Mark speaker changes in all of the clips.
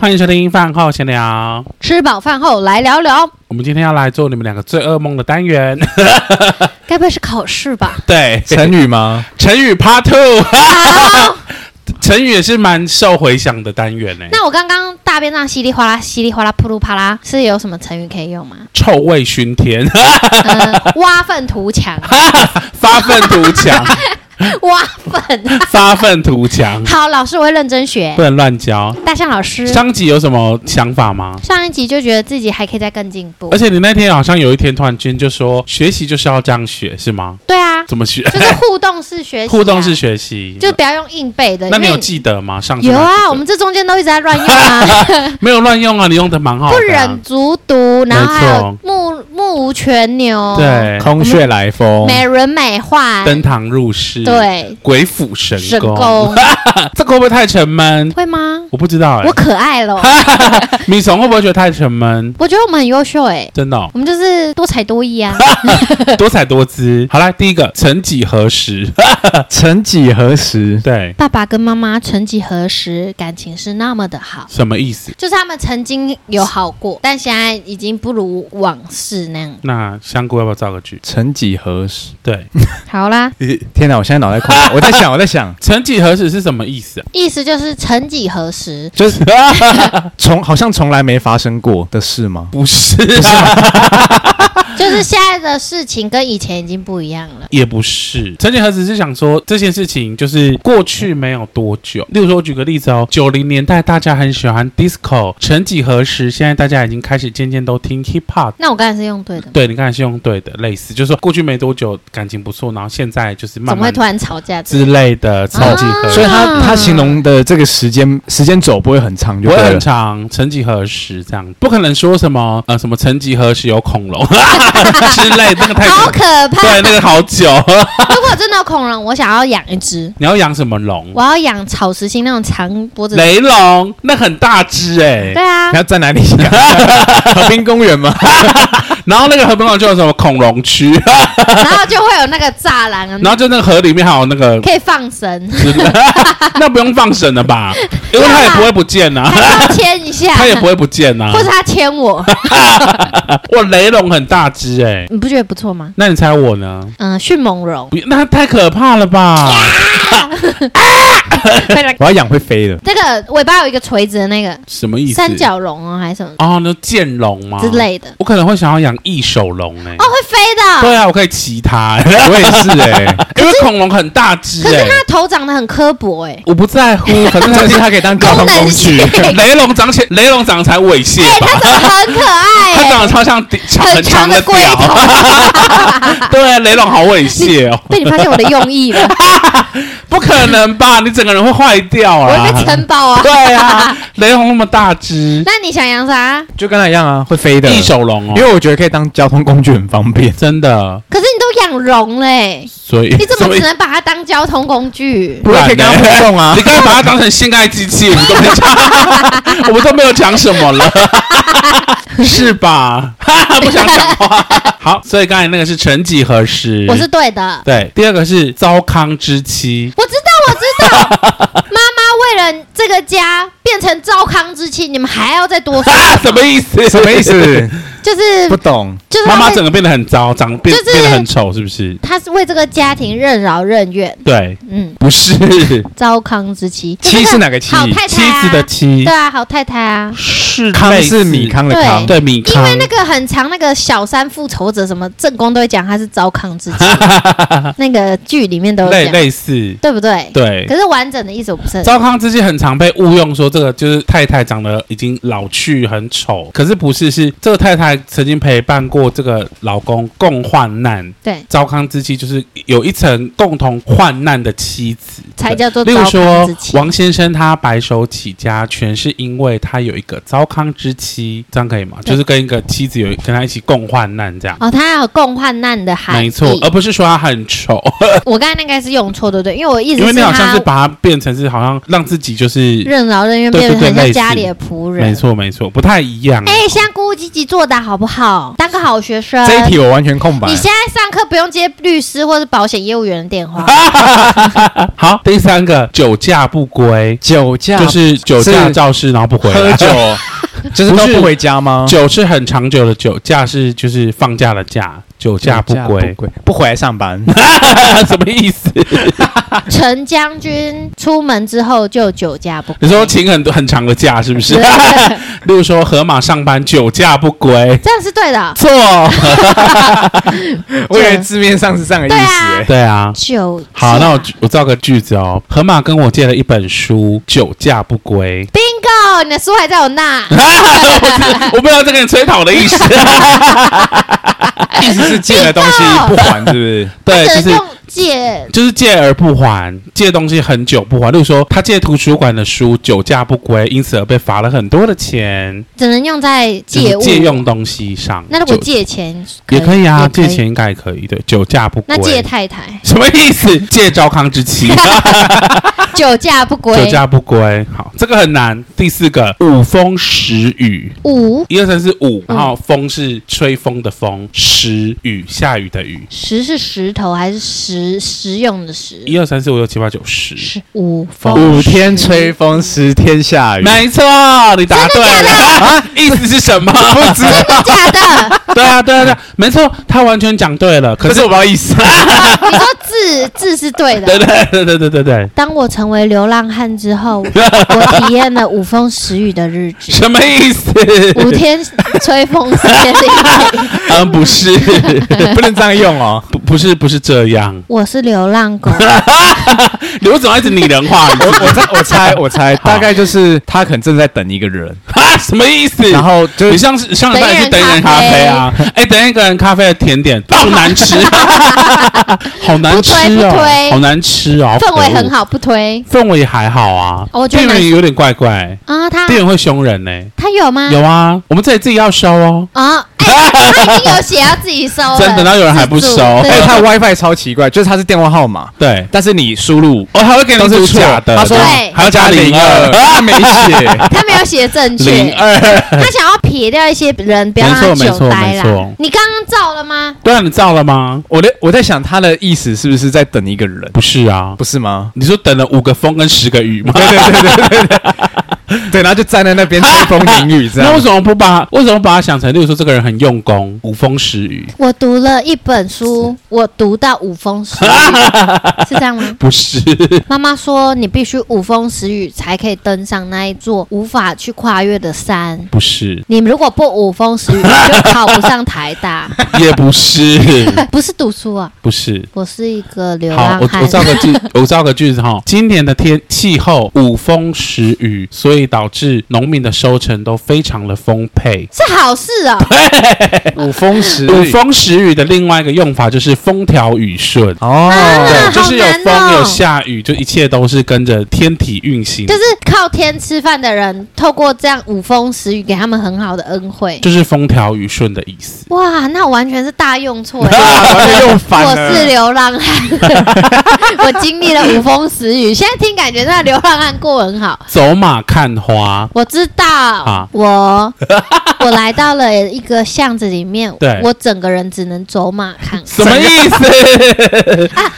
Speaker 1: 欢迎收听饭后闲聊。
Speaker 2: 吃饱饭后来聊聊，
Speaker 1: 我们今天要来做你们两个最噩梦的单元，
Speaker 2: 该不会是考试 吧？
Speaker 1: 对，
Speaker 3: 成语吗？
Speaker 1: 成语 Part Two，
Speaker 2: 好，
Speaker 1: 成语也是蛮受回响的单元呢、？
Speaker 2: 啊那我刚刚大便那稀里哗啦、稀里哗啦、扑噜啪啦，是有什么成语可以用吗
Speaker 1: 臭味熏天，
Speaker 2: 呃，挖粪图强，
Speaker 1: 啊发愤图 强，
Speaker 2: 挖粪。
Speaker 1: 发愤图强，
Speaker 2: 好，老师我会认真学
Speaker 1: 不。能乱教。
Speaker 2: 大象老师
Speaker 1: 上集有什么想法吗？
Speaker 2: 上一集就觉得自己还可以再更进步
Speaker 1: 而，且你那天好像有一天突然间就说，学习就是要这样学，是吗？
Speaker 2: 对 啊，
Speaker 1: 怎么学？
Speaker 2: 就是互动式学习啊，
Speaker 1: 互动式学习。
Speaker 2: 就不要用硬背的。
Speaker 1: 那你
Speaker 2: 因
Speaker 1: 有
Speaker 2: 为
Speaker 1: 记得吗？上次
Speaker 2: 有
Speaker 1: 那集
Speaker 2: 啊，
Speaker 1: 的
Speaker 2: 我们这中间都一直在乱用 啊，
Speaker 1: 没有乱用啊，你用的蛮好的、
Speaker 2: 不
Speaker 1: 啊。
Speaker 2: 忍卒读，然后还有
Speaker 1: 没
Speaker 2: 目目无全牛，，
Speaker 1: 对，
Speaker 3: 空穴来风。
Speaker 2: 美轮美奂，
Speaker 1: 登堂入室。。
Speaker 2: 对，
Speaker 1: 鬼斧神
Speaker 2: 神
Speaker 1: 工，
Speaker 2: 功
Speaker 1: 这个会不会太沉闷？
Speaker 2: 会吗？
Speaker 1: 我不知道哎、
Speaker 2: 我可爱了，
Speaker 1: 米虫会不会觉得太沉闷？
Speaker 2: 我觉得我们很优秀哎，
Speaker 1: 真的 哦、
Speaker 2: 我们就是多才多艺啊。
Speaker 1: 多彩多姿。好啦，第一个，曾几何 时？
Speaker 3: 曾几何时，
Speaker 1: 对，
Speaker 2: 爸爸跟妈妈曾几何时感情是那么的好，
Speaker 1: 什么意思？
Speaker 2: 就是他们曾经有好过，但现在已经不如往事那样。
Speaker 1: 那香菇要不要造个句？
Speaker 3: 曾几何时？
Speaker 1: 对，
Speaker 2: 好啦，
Speaker 3: 天哪！我现在脑袋 空白，我在想，我在想，
Speaker 1: 曾几何时是什么意思、啊？
Speaker 2: 意思就是曾几何时，
Speaker 3: 就是从好像从来没发生过的事吗？
Speaker 1: 不是、
Speaker 3: 不是
Speaker 1: 啊，
Speaker 2: 就是现在的事情跟以前已经不一样了。
Speaker 1: 也不是。曾几何时是想说这件事情就是过去没有多久。例如说，我举个例子哦，九零年代大家很喜欢 disco，曾几何时，现在大家已经开始渐渐都听 hip hop
Speaker 2: 那我刚才是用对的吗，
Speaker 1: 对你刚才是用对的，类似就是说过去没多久感情不错，然后现在就是
Speaker 2: 怎
Speaker 1: 慢
Speaker 2: 么会
Speaker 1: 慢
Speaker 2: 突然吵架？
Speaker 1: 之类的超级合，
Speaker 3: 所以他
Speaker 2: 啊
Speaker 3: 他形容的这个时间时间轴不会很长，就
Speaker 1: 不会
Speaker 3: 对
Speaker 1: 很
Speaker 3: 了。
Speaker 1: 长，曾几何时这样，不可能说什么呃什么曾几何时有恐龙之类，那个太
Speaker 2: 好可怕！
Speaker 1: 对那个好久。
Speaker 2: 如果真的有恐龙，我想要养一只，
Speaker 1: 你要养什么龙？
Speaker 2: 我要养草食性那种长脖子的。
Speaker 1: 雷龙，那很大只哎、
Speaker 2: 对啊
Speaker 3: 你，要在哪里 想？和平公园吗？
Speaker 1: 然后那个河滨公园就有什么恐龙区，
Speaker 2: 然后就会有那个栅栏啊，，
Speaker 1: 然后就那个河里面还有那个
Speaker 2: 可以放绳，
Speaker 1: 那不用放绳了吧？因为它也不会不见呐、
Speaker 2: 还要牵一下，
Speaker 1: 它也不会不啊见呐、
Speaker 2: 或是他牵 我，
Speaker 1: 哇，雷龙很大只哎、
Speaker 2: 你不觉得不错吗？
Speaker 1: 那你猜我呢？
Speaker 2: 嗯，迅猛 龙，
Speaker 1: 不，那太可怕了吧！
Speaker 3: 我要养会飞的。
Speaker 2: 这个尾巴有一个垂直的那个
Speaker 1: 什么意思？
Speaker 2: 三角龙哦，还是什么
Speaker 1: 哦，那剑龙吗？
Speaker 2: 之。类的，
Speaker 1: 我可能会想要养异手龙哎、
Speaker 2: 哦，会飞的。
Speaker 1: 哦对啊，我可以骑它、 欸
Speaker 3: 我也是哎、
Speaker 1: 因为恐龙很大只
Speaker 2: 可
Speaker 1: 哎、
Speaker 2: 是它头长得很刻薄哎，
Speaker 1: 我不在 乎，反正
Speaker 3: 但是它可以 当交通
Speaker 2: 功
Speaker 3: 工
Speaker 2: 能性
Speaker 3: 具。
Speaker 1: 雷龙长起，雷龙长得才猥亵
Speaker 2: 哎，
Speaker 1: 吧？
Speaker 2: 它长得很可
Speaker 1: 它
Speaker 2: 爱
Speaker 1: 长
Speaker 2: 哎，
Speaker 1: 得超像底长
Speaker 2: 很
Speaker 1: 长
Speaker 2: 长
Speaker 1: 的
Speaker 2: 的龟头啊
Speaker 1: 屌。。 对，啊雷龙好猥亵哦，
Speaker 2: 被你发现我的用 意了，
Speaker 1: 不可能吧？你整个人会坏掉
Speaker 2: 我会被
Speaker 1: 啦！
Speaker 2: 城堡 啊。
Speaker 1: 对啊，雷龙那么大 只，
Speaker 2: 那你想养啥？
Speaker 3: 就跟他一样啊，会飞的。
Speaker 1: 异手龙
Speaker 3: 因
Speaker 1: 哦，
Speaker 3: 为我觉得可以当交通工具很方便。
Speaker 1: 真的，
Speaker 2: 可是你都养 龙嘞，
Speaker 1: 所以
Speaker 2: 你怎么
Speaker 1: 所以
Speaker 2: 只能把它当交通工具？
Speaker 1: 不然呢
Speaker 3: 可以跟他互动啊
Speaker 1: 你。刚才把它当成性爱机器，我们都没讲， 我们都没有讲什么了， 是吧？ 哈哈，不想讲话。 好，所以刚才那个是曾几何时，
Speaker 2: 我是对的。
Speaker 1: 对。第二个是糟糠之 妻，
Speaker 2: 我知道，我 知道，妈妈为了这个家变成糟糠之妻，你们还要再多说，
Speaker 1: 啊， 什么意思？
Speaker 3: 什么意？思？
Speaker 2: 就是
Speaker 3: 不懂。
Speaker 2: 就是
Speaker 1: 妈
Speaker 2: 她
Speaker 1: 妈
Speaker 2: 为
Speaker 1: 整个变得很糟，长变
Speaker 2: 就是
Speaker 1: 变得很丑，是不是？
Speaker 2: 她是为这个家庭任劳任怨，
Speaker 1: 对，
Speaker 2: 嗯，
Speaker 1: 不是
Speaker 2: 糟糠之妻，
Speaker 3: 妻
Speaker 2: 就是那个
Speaker 3: 哪个妻？
Speaker 2: 好太
Speaker 1: 妻
Speaker 2: 太啊
Speaker 1: 子的妻
Speaker 2: 对，啊，好太太啊，
Speaker 1: 是
Speaker 3: 康
Speaker 1: 类似
Speaker 3: 是米，康的康。
Speaker 1: 对米
Speaker 2: 因
Speaker 1: 糠，
Speaker 2: 为 那个很长，那个小三复仇者什么正宫都会讲她是糟糠之妻，那个剧里面都有
Speaker 1: 类
Speaker 2: 讲，
Speaker 1: 类似，
Speaker 2: 对不对？
Speaker 1: 对，
Speaker 2: 可是完整的意思我不是很，
Speaker 1: 糟糠之妻很常被误用，说这个就是太太长得已经老去很丑，可是不是，是这个太太曾经陪伴过这个老公共患难。
Speaker 2: 对，
Speaker 1: 糟糠之妻就是有一层共同患难的妻子，
Speaker 2: 才叫做
Speaker 1: 例如
Speaker 2: 糟糠
Speaker 1: 说
Speaker 2: 之妻。
Speaker 1: 王先生他白手起家，全是因为他有一个糟糠之妻，这样可以吗？
Speaker 2: 对
Speaker 1: 就是跟一个妻子有跟他一起共患难这样。
Speaker 2: 哦，他还有共患难的含义，
Speaker 1: 没错，而不是说他很 丑，
Speaker 2: 我刚才那个是用错，对不对？因为我一
Speaker 1: 因
Speaker 2: 直
Speaker 1: 为
Speaker 2: 是
Speaker 1: 你好像
Speaker 2: 他
Speaker 1: 是把他变成是好像让自己就是，
Speaker 2: 任劳任怨，
Speaker 1: 对
Speaker 2: 变
Speaker 1: 对对
Speaker 2: 得很像
Speaker 1: 类似
Speaker 2: 家里的仆人。
Speaker 1: 没错没错，不太一样。
Speaker 2: 哎，香菇务积极作答，好不好？当个好学生。
Speaker 3: 这一题我完全空白
Speaker 2: 呃你。现在上课不用接律师或是保险业务员的电话，
Speaker 1: 好，啊第三个酒驾不归，
Speaker 3: 酒驾
Speaker 1: 就是酒驾
Speaker 3: 是
Speaker 1: 肇事然后不回
Speaker 3: 喝
Speaker 1: 来。
Speaker 3: 酒， 就是都
Speaker 1: 不是
Speaker 3: 不回家吗？
Speaker 1: 酒是很长久的酒，驾是就是放假的假，酒驾不归，
Speaker 3: 不不回来上班，
Speaker 1: 什么意思？
Speaker 2: 陈将军出门之后就酒驾不归。
Speaker 1: 你说请很多很长的假是不是？ 例如说河马上班酒驾不归，
Speaker 2: 这样是对的。
Speaker 1: 错。
Speaker 3: 我以为字面上是这样的意思、欸。
Speaker 1: 对啊，
Speaker 2: 酒驾
Speaker 1: 好，那我我造个句子哦。河马跟我借了一本书，酒驾不归。
Speaker 2: bingo，你的书还在我那。
Speaker 1: 我不知道这个人吹讨的意思。
Speaker 3: 欸意思是借了东西不还，是不 是？
Speaker 1: 对，
Speaker 2: 只
Speaker 1: 就
Speaker 2: 能
Speaker 1: 是
Speaker 2: 用借
Speaker 1: 就是借而不还，借东西很久不还。例如说，他借图书馆的书，酒驾不归，因此而被罚了很多的钱。
Speaker 2: 只能用在
Speaker 1: 就是
Speaker 2: 借物。
Speaker 1: 借用东西上，
Speaker 2: 那如果
Speaker 1: 酒
Speaker 2: 借钱
Speaker 1: 也可以啊，
Speaker 2: 也可以
Speaker 1: 借钱应该也可以。对，酒驾不归。
Speaker 2: 那借太太
Speaker 1: 什么意思？借糟糠之 妻，
Speaker 2: 酒驾不归。
Speaker 1: 酒驾不归。好，这个很难。第四个，五风十雨。
Speaker 2: 五
Speaker 1: 一二三四五，
Speaker 2: 嗯
Speaker 1: 然后风是吹风的风，时雨下雨的雨，
Speaker 2: 十是石头还是食食用的食？
Speaker 1: 一二三四五六七八九十，
Speaker 2: 是五
Speaker 1: 哦
Speaker 3: 五天吹风，十天下雨，
Speaker 1: 没错，你答对了啊！意思是 什么？不知
Speaker 2: 真的假的？
Speaker 1: 对啊，对啊，对啊，没错，他完全讲对了。可
Speaker 3: 可
Speaker 1: 是
Speaker 3: 是我不知道意 思。
Speaker 2: 你说字字是对
Speaker 1: 对
Speaker 2: 的。
Speaker 1: 对对对对对对，
Speaker 2: 当我成为流浪汉之后，我体验了五风十雨的日 子。
Speaker 1: 什么意思？
Speaker 2: 五天吹风十天 淋雨，
Speaker 1: 嗯，不是，
Speaker 3: 不能这样用哦。
Speaker 1: 不不是不是这样。
Speaker 2: 我是流浪狗。
Speaker 1: 刘总一直拟人 化，你
Speaker 3: 我我猜我猜我猜，大概就是他可能正在等一个人，
Speaker 1: 啊，什么意思？
Speaker 3: 然后就
Speaker 1: 你
Speaker 3: 是
Speaker 1: 像是上礼拜也去等一人咖啡啊，哎，等一个人咖啡的甜点不难吃，啊 好难吃
Speaker 2: 不推不
Speaker 1: 哦，
Speaker 2: 推
Speaker 1: 好难吃哦，
Speaker 2: 氛围很
Speaker 1: 好
Speaker 2: 好，不推
Speaker 1: 可恶，氛围还好啊
Speaker 2: 哦我，觉
Speaker 1: 店
Speaker 2: 得
Speaker 1: 员有点怪怪，
Speaker 2: 啊？他
Speaker 1: 店员会凶人呢，
Speaker 2: 他有吗？
Speaker 1: 有啊，我们这里自己要收哦，
Speaker 2: 啊！哎，他已经有写要自己收了，
Speaker 1: 真的然后有人还不收
Speaker 2: 哦自助
Speaker 1: 哎
Speaker 3: 哎，
Speaker 2: 对
Speaker 3: 他的 WiFi 超奇怪，就是他是电话号码，
Speaker 1: 对。
Speaker 3: 但是你输入
Speaker 1: 哦，还会给你
Speaker 3: 都是
Speaker 1: 读
Speaker 3: 错
Speaker 1: 假的，
Speaker 3: 他说
Speaker 2: 对
Speaker 1: 还要加零
Speaker 3: 02
Speaker 1: 二，啊
Speaker 3: 他没 写，
Speaker 2: 他没有写正
Speaker 1: 零
Speaker 2: 确，
Speaker 1: 二，
Speaker 2: 他想要撇掉一些人，不要让他
Speaker 1: 嗯没错
Speaker 2: 久待
Speaker 1: 没错没错
Speaker 2: 啦。你刚刚照了吗？
Speaker 1: 对啊，你造了吗？
Speaker 3: 我在我在想他的意思是不是在等一个人，
Speaker 1: 不是啊，
Speaker 3: 不是吗？
Speaker 1: 你说等了五个风跟十个雨吗？
Speaker 3: 对对对对对 对，对，然后就站在那边吹风淋雨 这
Speaker 1: 那为
Speaker 3: 样。
Speaker 1: 什么不把为什么把它想成，例如说这个人很用功，五风十雨？
Speaker 2: 我读了一本书，我读到五风十雨， 是这样吗？
Speaker 1: 不是，
Speaker 2: 妈妈说你必须五风十雨才可以登上那一座无法去跨越的山。
Speaker 1: 不是，
Speaker 2: 你如果不五风十雨，你就考不上台 大。哎
Speaker 1: 也不 是，
Speaker 2: 不是读书啊，
Speaker 1: 不是。
Speaker 2: 我是一个流
Speaker 1: 好，
Speaker 2: 浪
Speaker 1: 我我
Speaker 2: 汉。
Speaker 1: 造个句，我造个句子 哈。今年的天气候五风十雨，所以导致农民的收成都非常的丰沛。
Speaker 2: 是好事啊、
Speaker 3: 五风十
Speaker 1: 五
Speaker 3: 雨
Speaker 1: 风十雨的另外一个用法就是风调雨顺。
Speaker 3: 哦，
Speaker 1: 对，
Speaker 2: 啊
Speaker 1: 就是有
Speaker 2: 好
Speaker 1: 风、
Speaker 2: 难哦
Speaker 1: 有下雨，就一切都是跟着天体运行，
Speaker 2: 就是靠天吃饭的人，透过这样五风十雨，给他们很好的恩惠。
Speaker 1: 就是风调雨顺的意思。
Speaker 2: 哇，那我完全是大用错耶
Speaker 3: 完全用反
Speaker 2: 我
Speaker 3: 了
Speaker 2: 是流浪汉， 我经历了五风十雨，现在听感觉那流浪汉过很好。
Speaker 1: 走马看花，
Speaker 2: 我知道，
Speaker 1: 啊
Speaker 2: 我我来到了一个巷子里面
Speaker 1: 对，
Speaker 2: 我整个人只能走马看
Speaker 1: 什么意思？
Speaker 2: 啊！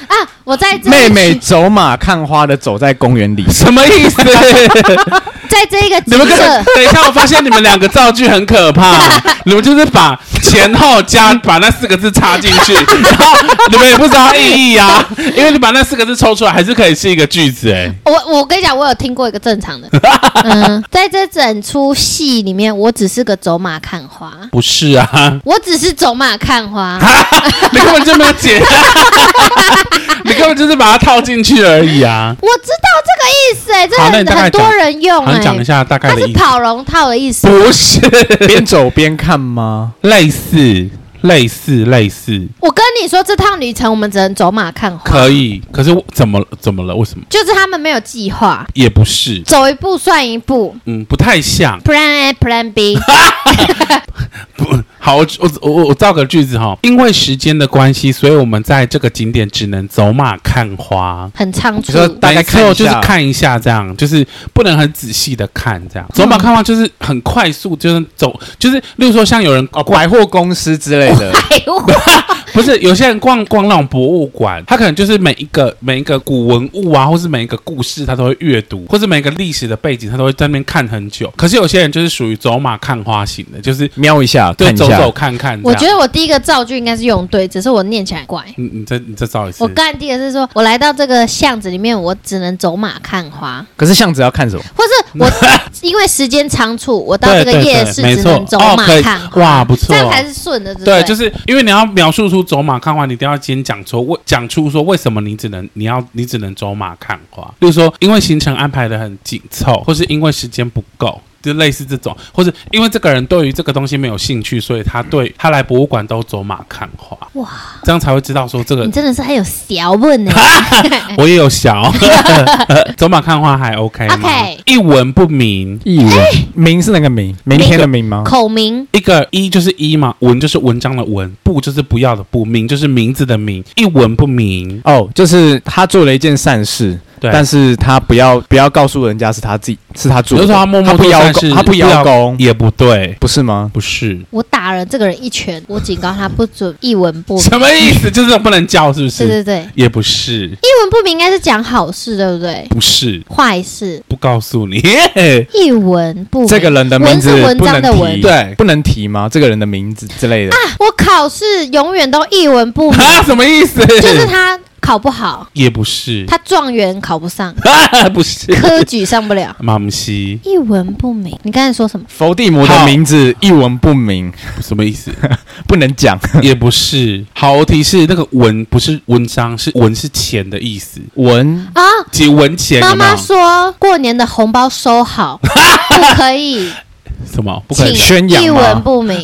Speaker 2: 我在这
Speaker 3: 妹
Speaker 2: 一
Speaker 3: 妹
Speaker 2: 区
Speaker 3: 走马看花的走在公园里，
Speaker 1: 什么意 思？
Speaker 2: 在这一个集
Speaker 1: 你们跟
Speaker 2: 社，
Speaker 1: 等一下，我发现你们两个造句很可怕，你们就是把前后加把那四个字插进去，然后你们也不知道意义啊，因为你把那四个字抽出来，还是可以是一个句子哎、
Speaker 2: 我我跟你讲，我有听过一个正常的，嗯，在这整出戏里面，我只是个走马看花，
Speaker 1: 不是啊，
Speaker 2: 我只是走马看花，
Speaker 1: 你根本就没有解，你根本就是把它套进去而已啊。
Speaker 2: 我知道这个意思、哎，这
Speaker 1: 好那你
Speaker 2: 很
Speaker 1: 大概
Speaker 2: 很多
Speaker 1: 讲
Speaker 2: 人用、
Speaker 1: 好，你讲一
Speaker 2: 哎，
Speaker 1: 下大概
Speaker 2: 它
Speaker 1: 的
Speaker 2: 是
Speaker 1: 意思。
Speaker 2: 跑龙套的意思，
Speaker 1: 不是，
Speaker 3: 边走边看吗？
Speaker 1: 类似，类似，类似，
Speaker 2: 我跟你说，这趟旅程我们只能走马看花，
Speaker 1: 可以。可是我怎么怎么了？为什么？
Speaker 2: 就是他们没有计划，
Speaker 1: 也不是，
Speaker 2: 走一步算一步
Speaker 1: 嗯，不太像，
Speaker 2: ，Plan A Plan B，
Speaker 1: 好，我我我我造个句子哈，因为时间的关系，所以我们在这个景点只能走马看花。
Speaker 2: 很仓
Speaker 3: 你说
Speaker 2: 促。
Speaker 3: 大概看一下
Speaker 1: 没错就是看一下这样，就是不能很仔细的看这样。走马看花就是很快速，就是走，就是例如说像有人
Speaker 3: 哦，百货公司之类的，
Speaker 2: 哎呦，
Speaker 1: 不是有些人逛逛那种博物馆，他可能就是每一个每一个古文物啊，或是每一个故事，他都会阅读，或是每一个历史的背景，他都会在那边看很久。可是有些人就是属于走马看花型的，就是
Speaker 3: 瞄一下，
Speaker 1: 对
Speaker 3: 看一
Speaker 1: 走走
Speaker 3: 下，
Speaker 1: 看看这
Speaker 2: 我
Speaker 1: 样。
Speaker 2: 觉得我第一个造句应该是用对，只是我念起来怪。
Speaker 1: 你你再你再造一次
Speaker 2: 我，刚才第一个是说，我来到这个巷子里面，我只能走马看花，
Speaker 3: 可是巷子要看什么？
Speaker 2: 或是 我因为时间仓促，我到这个
Speaker 1: 对对对
Speaker 2: 夜市
Speaker 1: 没
Speaker 2: 只
Speaker 1: 错
Speaker 2: 能走
Speaker 1: 哦
Speaker 2: 马
Speaker 1: 可以
Speaker 2: 看花，
Speaker 1: 哇不错
Speaker 2: 这样才是顺的，对不
Speaker 1: 对，
Speaker 2: 对？
Speaker 1: 就是因为你要描述出走马看花，你一定要先讲出为讲出说为什么你只能你要你只能走马看花，例如说因为行程安排的很紧凑，或是因为时间不够。就类似这种，或是因为这个人对于这个东西没有兴趣，所以他对他来博物馆都走马看花，
Speaker 2: 哇，
Speaker 1: 这样才会知道说这个
Speaker 2: 你真的是很有学问欸呢。
Speaker 1: 我也有小 走马看花还 OK 吗
Speaker 2: OK
Speaker 1: 一文不名，
Speaker 3: 译文明哎是那个明，明天的明吗？
Speaker 2: 口名
Speaker 1: 一个一就是一嘛，文就是文章的文，不就是不要的不，名就是名字的名，一文不名，
Speaker 3: 哦，就是他做了一件善事，
Speaker 1: 对，
Speaker 3: 但是他不要不要告诉人家是他自己是他
Speaker 1: 有
Speaker 3: 做
Speaker 1: 时
Speaker 3: 的，
Speaker 1: 候他默默
Speaker 3: 他不
Speaker 1: 做
Speaker 3: 邀
Speaker 1: 善
Speaker 3: 功，
Speaker 1: 事
Speaker 3: 他不邀功，
Speaker 1: 也不对，
Speaker 3: 不是吗？
Speaker 1: 不是
Speaker 2: 我打了这个人一拳，我警告他不准一文不名。
Speaker 1: 什么意思？就是不能叫，是不
Speaker 2: 对
Speaker 1: 是？
Speaker 2: 对对，
Speaker 1: 也不是，
Speaker 2: 一文不名应该是讲好事，对不对？
Speaker 1: 不是，
Speaker 2: 坏事
Speaker 1: 不告诉你。
Speaker 2: 一文不名。
Speaker 3: 这个人的名字
Speaker 2: 文是嗯文
Speaker 3: 不
Speaker 2: 章
Speaker 3: 能
Speaker 2: 的文
Speaker 3: 提，对，不能提吗？这个人的名字之 类的，
Speaker 2: 啊我考试永远都一文不名，
Speaker 1: 啊，什么意 思？
Speaker 2: 就是他考不好，
Speaker 1: 也不是，
Speaker 2: 他状元考不上，
Speaker 1: 不是，
Speaker 2: 科举上不了，
Speaker 1: 马姆西
Speaker 2: 一文不名。你刚才说什么？
Speaker 3: 伏地魔的
Speaker 1: 好
Speaker 3: 名字一文不名，
Speaker 1: 什么意思？
Speaker 3: 不能讲。
Speaker 1: 也不是。好提示，那个文不是文章，是文是钱的意思，
Speaker 3: 文
Speaker 2: 啊，
Speaker 1: 几文钱
Speaker 2: 妈
Speaker 1: 有没
Speaker 2: 妈
Speaker 1: 有？
Speaker 2: 说过年的红包收好，不可以，
Speaker 1: 什么？不可
Speaker 2: 请
Speaker 1: 以。
Speaker 3: 宣扬吗
Speaker 2: 一文不名。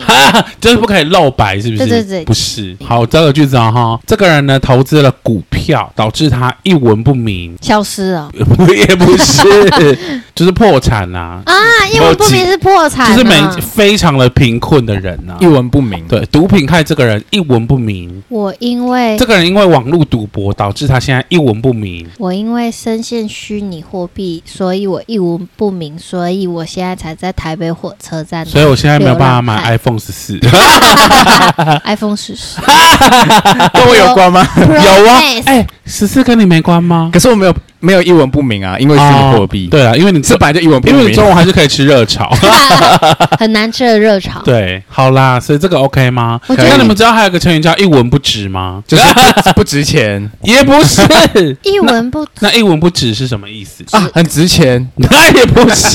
Speaker 1: 就是不可以露白，是不是？
Speaker 2: 对对对
Speaker 1: 不是。好，这个句子啊哈，这个人呢投资了股票，导致他一文不名，
Speaker 2: 消失了
Speaker 1: 也 不是，就是破产啦、
Speaker 2: 啊！一文不名是破产、啊，
Speaker 1: 就是每非常的贫困的人呐、
Speaker 3: 一文不名，
Speaker 1: 啊对，毒品害这个人一文不名，
Speaker 2: 我因为
Speaker 1: 这个人因为网络赌博导致他现在一文不名。
Speaker 2: 我因为深陷虚拟货币，所以我一文不名，所以我现在才在台北火车站。
Speaker 1: 所以我 现在没有办法
Speaker 2: 流浪
Speaker 1: 买
Speaker 2: 汉
Speaker 1: iPhone 十四，
Speaker 2: iPhone 十四
Speaker 3: 跟我有关吗？
Speaker 2: 有啊，
Speaker 1: 哎，十四跟你没关吗？
Speaker 3: 可是我没有没有一文不名啊，因为虚拟货币，
Speaker 1: 哦，对啊，因为你
Speaker 3: 这
Speaker 1: 中，
Speaker 3: 本来就一文不
Speaker 1: 因为
Speaker 3: 名
Speaker 1: 你。中午还是可以吃热炒。
Speaker 2: 很难吃的热潮。
Speaker 1: 啊对，好啦，所以这个 OK 吗？
Speaker 2: 我觉得
Speaker 1: 那
Speaker 2: 你，
Speaker 1: 你们知道还有个成语叫一文不值吗？
Speaker 3: 就是不不值钱
Speaker 1: 也不是
Speaker 2: 一文不，
Speaker 1: 那一文不值是什么意思？
Speaker 3: 啊，很值钱，
Speaker 1: 那也不是，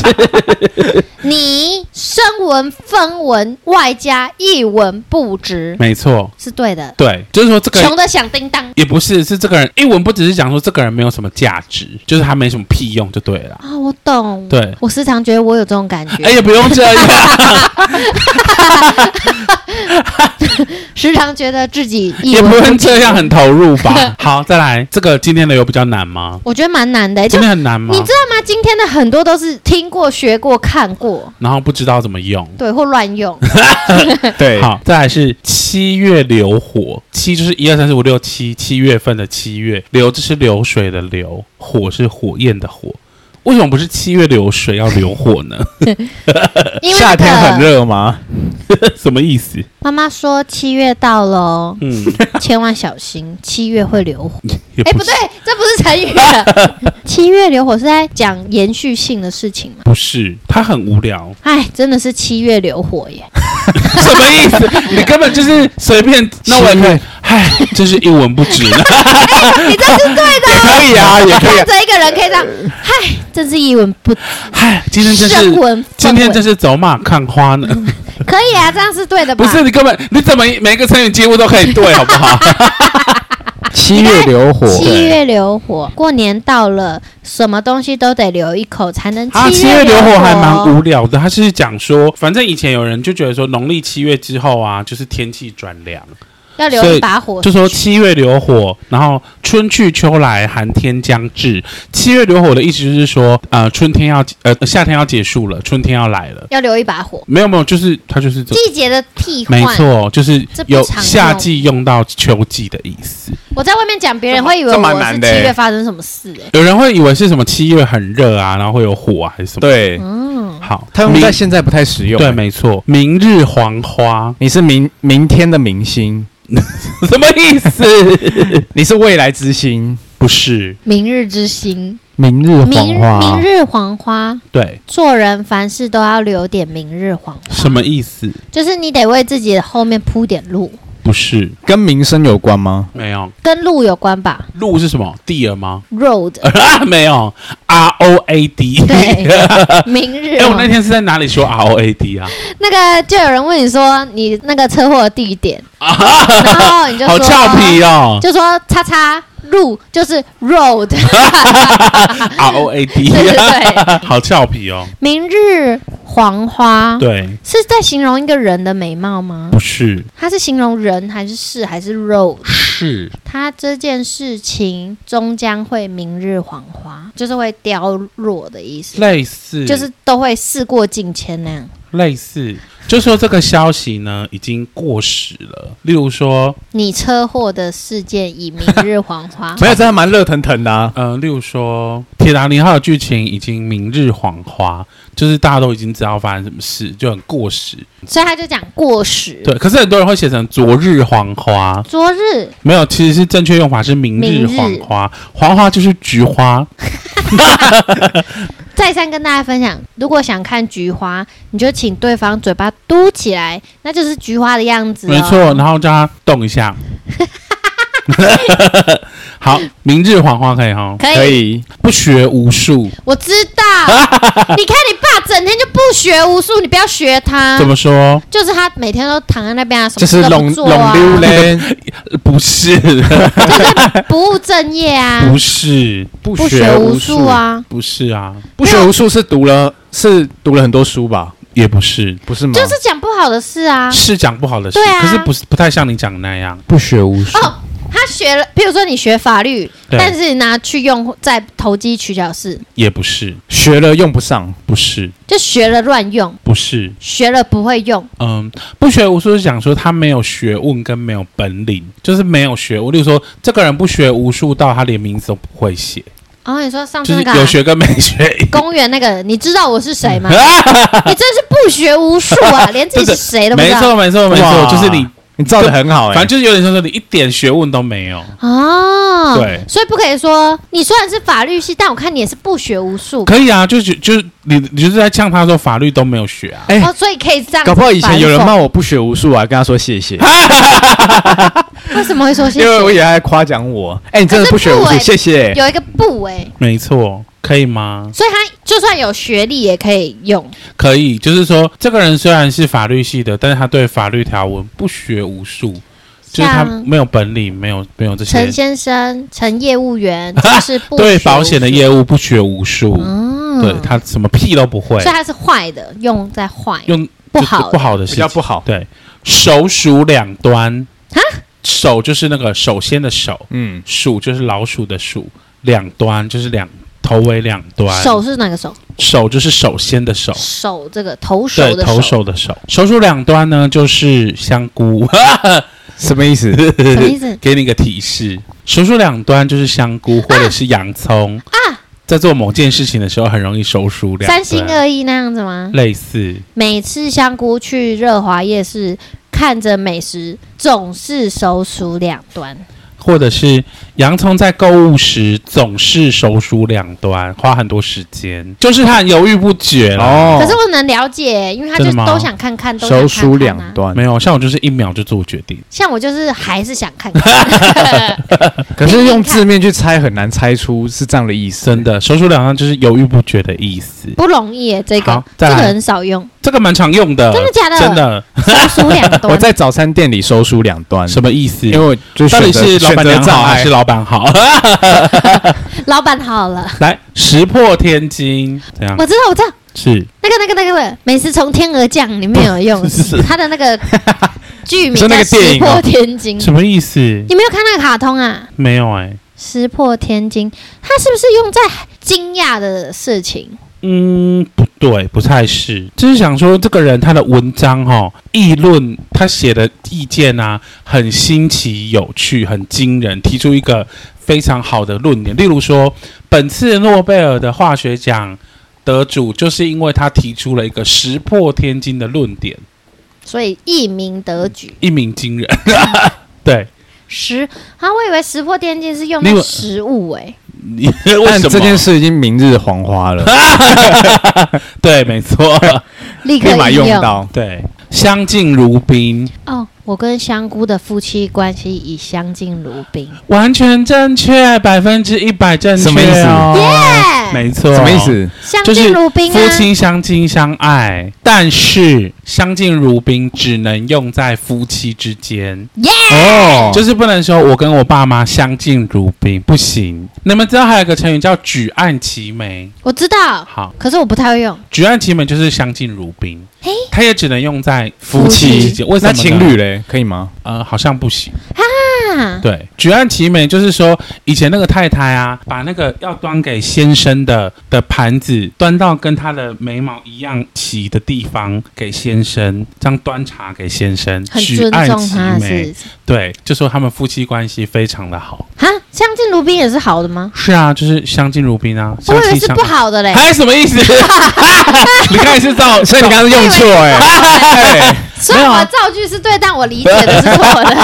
Speaker 2: 你声文分文外加一文不值，
Speaker 1: 没错，
Speaker 2: 是对的。
Speaker 1: 对，就是说这个人
Speaker 2: 穷的响叮当
Speaker 1: 也不是，是这个人一文不值是讲说这个人没有什么价值，就是他没什么屁用就对了啦。
Speaker 2: 啊！我懂，
Speaker 1: 对，
Speaker 2: 我时常觉得我有这种感觉，
Speaker 1: 哎，也不用这 样，
Speaker 2: 时常觉得自己一
Speaker 1: 也
Speaker 2: 文
Speaker 1: 不
Speaker 2: 不
Speaker 1: 用
Speaker 2: 值
Speaker 1: 这样，。很投入 吧。好，再来，这个今天的有比较难吗？
Speaker 2: 我觉得蛮难的、就
Speaker 1: 真的很难吗
Speaker 2: 哎你？知道吗？今天的很多都是听过、学过、看过，
Speaker 1: 然后不知道怎么用。
Speaker 2: 对，或乱 用。
Speaker 3: 对，
Speaker 1: 好，再来是七月流火，七就是一二三四五六七，七月份的七月，流就是流水的流，火是火焰的火。为什么不是七月流水要流火呢？
Speaker 2: 因为
Speaker 3: 夏
Speaker 2: 那
Speaker 3: 天很
Speaker 2: 个
Speaker 3: 热吗？
Speaker 1: 什么意思？，
Speaker 2: 妈妈说七月到了哦
Speaker 1: 嗯，
Speaker 2: 千万小心，七月会流火。
Speaker 1: 也
Speaker 2: 哎，
Speaker 1: 不
Speaker 2: 不对，这不是成语了。 七月流火是在讲延续性的事情嘛？，
Speaker 1: 不是，他很无聊
Speaker 2: 哎，真的是七月流 火耶！
Speaker 1: 什么意思？你根本就是随便，那我也可以，
Speaker 2: 啊
Speaker 1: 唉，真是一文不 值呢。
Speaker 2: 你这是对 的哦。
Speaker 3: 可以啊，也可以
Speaker 2: 看
Speaker 3: 啊。
Speaker 2: 着一个人可以这样，嗨，真是一文不值。
Speaker 1: 唉，今天真
Speaker 2: 声
Speaker 1: 是。
Speaker 2: 文
Speaker 1: 今天真
Speaker 2: 这
Speaker 1: 是走马看花呢，
Speaker 2: 可以啊，这样是对的吧？
Speaker 1: 不是你根本你怎么每个成语几乎都可以对，好不好？
Speaker 3: 七月流火，
Speaker 2: 七月流火，过年到了，什么东西都得留一口才能
Speaker 1: 啊，七
Speaker 2: 月
Speaker 1: 月流
Speaker 2: 火
Speaker 1: 火还蛮无聊的。他是讲说，反正以前有人就觉得说，农历七月之后啊，就是天气转凉，
Speaker 2: 要留
Speaker 1: 所以
Speaker 2: 一把火，
Speaker 1: 就说七月流火，然后春去秋来，寒天将至。七月流火的意思就是说，呃，春天要呃夏天要结束了，春天要来了。
Speaker 2: 要留一把火。
Speaker 1: 没有没有，就是它就是这，
Speaker 2: 季节的替换
Speaker 1: 没，错，就是
Speaker 2: 这不
Speaker 1: 有
Speaker 2: 常用
Speaker 1: 夏季用到秋季的意思。
Speaker 2: 我在外面讲，别人
Speaker 3: 这
Speaker 2: 会以为
Speaker 3: 这蛮
Speaker 2: 我是
Speaker 3: 难
Speaker 2: 七
Speaker 3: 的欸
Speaker 2: 月发生什么事哎、
Speaker 1: 有人会以为是什么七月很热啊，然后会有火啊，还是什么？，
Speaker 3: 对，
Speaker 2: 嗯，
Speaker 1: 好，
Speaker 3: 他们
Speaker 1: 明
Speaker 3: 在现在不太实用。
Speaker 1: 对，，没错，明日黄花
Speaker 3: 你是明明天的明星，
Speaker 1: 什么意思？
Speaker 3: 你是未来之星，
Speaker 1: 不是，
Speaker 2: 明日之星，
Speaker 3: 明日
Speaker 2: 明
Speaker 3: 黄花。
Speaker 2: 明日黄花，
Speaker 1: 对，
Speaker 2: 做人凡事都要留点明日黄花。
Speaker 1: 什么？意思？
Speaker 2: 就是你得为自己的后面铺点路，
Speaker 1: 不是，
Speaker 3: 跟民生有关吗？，
Speaker 1: 没有。
Speaker 2: 跟路有关吧
Speaker 1: 路是什么地儿吗？
Speaker 2: ？Road，
Speaker 1: 啊，没有，R O A D。
Speaker 2: 对， 明日
Speaker 1: 哎，我
Speaker 2: 黄
Speaker 1: 那天是在哪里说 R O A D 啊？
Speaker 2: 那个就有人问你说你那个车祸的地点，然后你就
Speaker 1: 啊好
Speaker 2: 说
Speaker 1: 俏皮哦
Speaker 2: 就说叉叉路就是 road，
Speaker 1: ，R O A D，
Speaker 2: 啊 对对 对
Speaker 1: 好俏皮哦。
Speaker 2: 明日黄花，
Speaker 1: 对，
Speaker 2: 是在形容一个人的美貌吗？
Speaker 1: 不是，
Speaker 2: 它是形容人还是事还是 road？
Speaker 1: 是
Speaker 2: 它这件事情终将会明日黄花，就是会凋落的意思，
Speaker 1: 类似，
Speaker 2: 就是都会事过境迁那样。
Speaker 1: 类似，就说这个消息呢已经过时了。例如说，
Speaker 2: 你车祸的事件已明日黄花
Speaker 3: 没有，这还蛮热腾腾的、啊。
Speaker 1: 呃，例如说《铁达尼号》的剧情已经明日黄花，就是大家都已经知道发生什么事，就很过时。
Speaker 2: 所以他就讲过时。
Speaker 1: 对，可是很多人会写成昨日黄花，
Speaker 2: 昨日
Speaker 1: 没有，其实是正确用法是明日
Speaker 2: 明日
Speaker 1: 黄花，黄花就是菊花。
Speaker 2: 再三跟大家分享，如果想看菊花，你就请对方嘴巴嘟起来，那就是菊花的样子、哦。
Speaker 1: 没错，，然后叫它动一 下。好，明日黄花可以哈，
Speaker 2: 可以。
Speaker 3: 可以，
Speaker 1: 不学无术。
Speaker 2: 我知道，你看你爸整天就不学无术，你不要学他
Speaker 1: 怎。么说？
Speaker 2: 就是他每天都躺在那边啊，什
Speaker 3: 就
Speaker 2: 么事
Speaker 3: 是
Speaker 2: 都不
Speaker 3: 拢
Speaker 2: 做
Speaker 3: 拢
Speaker 2: 啊，
Speaker 3: 溜嘞，
Speaker 1: 呃不是，
Speaker 2: 不务正业啊，
Speaker 1: 不是，
Speaker 3: 不
Speaker 2: 不学无术，啊。
Speaker 1: 不是啊，
Speaker 3: 不学无术是读了是读了很多书吧？
Speaker 1: 也不是，
Speaker 3: 不是吗？
Speaker 2: 就是讲不好的事啊。
Speaker 1: 是讲不好的事，
Speaker 2: 对啊
Speaker 1: 可是不是不太像你讲的那样。
Speaker 3: 不学无术
Speaker 2: 哦，他学了，比如说你学法律，
Speaker 1: 对
Speaker 2: 但是你拿去用在投机取巧事，
Speaker 1: 也不是，
Speaker 3: 学了用不上，
Speaker 1: 不是，
Speaker 2: 就学了乱用，
Speaker 1: 不是，
Speaker 2: 学了不会用，
Speaker 1: 嗯，不学无术是讲说他没有学问跟没有本领，就是没有学我例如说，这个人不学无术到他连名字都不会写，
Speaker 2: 然后你说上次
Speaker 1: 就
Speaker 2: 那
Speaker 1: 是
Speaker 2: 个
Speaker 1: 有
Speaker 2: 啊
Speaker 1: 学跟没学一样。
Speaker 2: 公园那个，你知道我 是谁吗？你真是不学无术啊，连自己是谁都不知
Speaker 1: 没
Speaker 2: 道
Speaker 1: 错，没错，没错，
Speaker 3: 哇
Speaker 1: 就是你，
Speaker 3: 你造的很好哎、
Speaker 1: 反正就是有点像说你一点学问都没有。
Speaker 2: 哦。
Speaker 1: 对
Speaker 2: 所以不可以说你虽然是法律系，但我看你也是不学无术。
Speaker 1: 可以啊，就是就是你你就是在呛他说法律都没有学啊，
Speaker 3: 哎
Speaker 2: 哦，所以可以这样。
Speaker 3: 搞不好以前有人骂，我不学无术，我还跟他说谢谢，
Speaker 2: 为什么会说谢
Speaker 3: 因为我
Speaker 2: 谢？
Speaker 3: 也还夸奖我。哎、你真的
Speaker 2: 可
Speaker 3: 不
Speaker 2: 是
Speaker 3: 学无
Speaker 2: 不欸
Speaker 3: 术，谢谢。
Speaker 2: 有一个不哎、欸，
Speaker 1: 没错，可以吗？
Speaker 2: 所以他就算有学历也可以用。
Speaker 1: 可以，就是说这个人虽然是法律系的，但是他对法律条文不学无术，就是他
Speaker 2: 像
Speaker 1: 没有本领，没有没有这些
Speaker 2: 陈先生，陈业 务员就是不
Speaker 1: 对保险的业
Speaker 2: 务，
Speaker 1: 务不学无术，
Speaker 2: 嗯
Speaker 1: 对他什么屁都不会
Speaker 2: 所以，他是坏的，用在坏
Speaker 1: 哎用
Speaker 2: 不
Speaker 1: 就是
Speaker 2: 好的
Speaker 1: 不好的
Speaker 3: 比
Speaker 1: 事
Speaker 3: 较
Speaker 1: 情
Speaker 3: 不好
Speaker 1: 对，手鼠两端
Speaker 2: 啊，
Speaker 1: 手就是那个首先的手，
Speaker 3: 嗯，
Speaker 1: 鼠就是老鼠的鼠，两端就是两头尾两端，
Speaker 2: 手是哪个手？
Speaker 1: 手就是首先的手。
Speaker 2: 手这个投手
Speaker 1: 对，
Speaker 2: 的
Speaker 1: 头手的手，手鼠两端呢就是香菇，
Speaker 3: 什么意思？
Speaker 2: 什么意思？
Speaker 1: 给你一个提示，手鼠两端就是香菇或者是洋葱
Speaker 2: 啊
Speaker 1: 在做某件事情的时候很容易手鼠两端
Speaker 2: 三
Speaker 3: 啊
Speaker 2: 心二意那样子吗？
Speaker 1: 类似，
Speaker 2: 每次香菇去热华夜市，看着美食，总是手数两端。
Speaker 1: 或者是洋葱在购物时总是手鼠两端，花很多时间，就是他很犹豫不决哦。
Speaker 3: 哦，
Speaker 2: 可是我能了解，因为他就
Speaker 1: 真的吗
Speaker 2: 都想看看，都想
Speaker 3: 手
Speaker 2: 看
Speaker 3: 数
Speaker 2: 看啊
Speaker 3: 两。端
Speaker 1: 没，有，像我就是一秒就做决定，
Speaker 2: 像我就是还是想看 看，
Speaker 3: 可是用字面去猜很难猜出是这样的意思。
Speaker 1: 真的手鼠两端就是犹豫不决的意思，
Speaker 2: 不容易耶，这个
Speaker 1: 好
Speaker 2: 这
Speaker 1: 再
Speaker 2: 个
Speaker 1: 来
Speaker 2: 很少用，
Speaker 1: 这个蛮常用的，
Speaker 2: 真的假的？
Speaker 1: 真的
Speaker 2: 手数两端。
Speaker 3: 呃 我在早餐店里收书两端，
Speaker 1: 什么意思？
Speaker 3: 因为我就
Speaker 1: 到
Speaker 3: 选
Speaker 1: 底是
Speaker 3: 择
Speaker 1: 老板
Speaker 3: 选
Speaker 1: 娘
Speaker 3: 择
Speaker 1: 好
Speaker 3: 障碍
Speaker 1: 还是老板好？
Speaker 2: 老板好了，
Speaker 1: 来，石破天惊，怎
Speaker 3: 嗯
Speaker 1: 样？
Speaker 2: 我知道，我知道，
Speaker 1: 是
Speaker 2: 那个那个那个美食从天而降里面有用
Speaker 1: 不是，
Speaker 2: 它的那个剧名
Speaker 3: 你说
Speaker 2: 叫
Speaker 3: 那
Speaker 2: 《
Speaker 3: 个电
Speaker 2: 石
Speaker 3: 影
Speaker 2: 破
Speaker 3: 哦
Speaker 2: 天惊》
Speaker 1: 什么意思？
Speaker 2: 你没有看那个卡通啊？
Speaker 1: 没有哎，
Speaker 2: 石破天惊，它是不是用在惊讶的事情？
Speaker 1: 嗯，不对，不太是，就是想说这个人他的文章哈、哦，议论他写的意见啊，很新奇、有趣、很惊人，提出一个非常好的论点。例如说，本次诺贝尔的化学奖得主就是因为他提出了一个石破天惊的论点，
Speaker 2: 所以一鸣得举。
Speaker 1: 一鸣惊人。 对，
Speaker 2: 石啊，我以为石破天惊是用
Speaker 1: 你
Speaker 2: 在
Speaker 1: 有
Speaker 2: 食物欸诶、
Speaker 1: 你 为
Speaker 3: 但
Speaker 1: 什么
Speaker 3: 这件？事已经明日黄花了，
Speaker 1: 对，没错，
Speaker 2: 立刻
Speaker 3: 立马
Speaker 2: 应
Speaker 3: 用到。
Speaker 1: 对，相敬如宾，
Speaker 2: 哦。我跟香菇的夫妻关系已相敬如宾。
Speaker 1: 完全正确，百分之一百正确、哦。
Speaker 3: 什么意思
Speaker 2: 耶，
Speaker 1: 没错，
Speaker 3: 什么意？思？
Speaker 2: 相
Speaker 1: 就是
Speaker 2: 敬如宾啊！
Speaker 1: 夫妻相亲相爱，但是相敬如宾只能用在夫妻之间，
Speaker 3: 哦，
Speaker 1: 就是不能说我跟我爸妈相敬如宾，不行。你们知道还有一个成语叫举案齐眉，
Speaker 2: 我知道，
Speaker 1: 好，
Speaker 2: 可是我不太会用。
Speaker 1: 举案齐眉就是相敬如宾
Speaker 2: 嘿，
Speaker 1: 它也只能用在夫
Speaker 2: 夫
Speaker 1: 妻
Speaker 2: 妻
Speaker 1: 之间。为什么
Speaker 3: 那
Speaker 1: 呢
Speaker 3: 情侣嘞，可以吗？
Speaker 1: 呃好像不行。
Speaker 2: 啊，
Speaker 1: 对，举案齐眉就是说，以前那个太太啊，把那个要端给先生的的盘子端到跟他的眉毛一样齐的地方给先生，这样端茶给先生，
Speaker 2: 很
Speaker 1: 举
Speaker 2: 尊
Speaker 1: 案
Speaker 2: 重
Speaker 1: 齐
Speaker 2: 他
Speaker 1: 眉
Speaker 2: 是。
Speaker 1: 对，就说他们夫妻关系非常的好。
Speaker 2: 啊，相敬如宾也是好的吗？
Speaker 1: 是啊，就是相敬如宾啊，
Speaker 2: 我
Speaker 1: 相
Speaker 2: 以为
Speaker 1: 亲
Speaker 2: 是
Speaker 1: 相
Speaker 2: 不。好欸的嘞。
Speaker 1: 还什么意思？ 你刚才是照，
Speaker 3: 所以你刚 刚用错哎，
Speaker 2: 所以
Speaker 1: 没有
Speaker 2: 我
Speaker 1: 啊
Speaker 2: 的造句是对，但我理解的是错 的。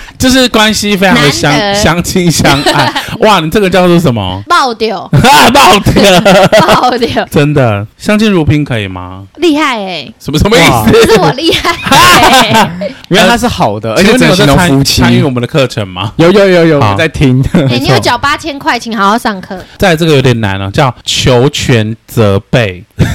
Speaker 1: 就是关系非常的相
Speaker 2: 难得
Speaker 1: 相亲相爱。哇，你这个叫做什么？
Speaker 2: 爆掉，
Speaker 1: 爆掉！
Speaker 2: 爆掉，
Speaker 1: 真的，相敬如宾可以吗？
Speaker 2: 厉害哎！
Speaker 1: 什么什么意
Speaker 3: 哇
Speaker 1: 思？
Speaker 2: 可是我厉害欸，
Speaker 3: 原来它是好的，而且
Speaker 1: 呃请问你有
Speaker 3: 整形
Speaker 1: 在
Speaker 3: 容
Speaker 1: 参
Speaker 3: 夫妻。
Speaker 1: 参与我们的课程吗？
Speaker 3: 有有有有
Speaker 1: 好
Speaker 3: 我在听，
Speaker 2: 哎你有缴八千块，请好好上课。
Speaker 1: 在这个有点难了、叫求全责备。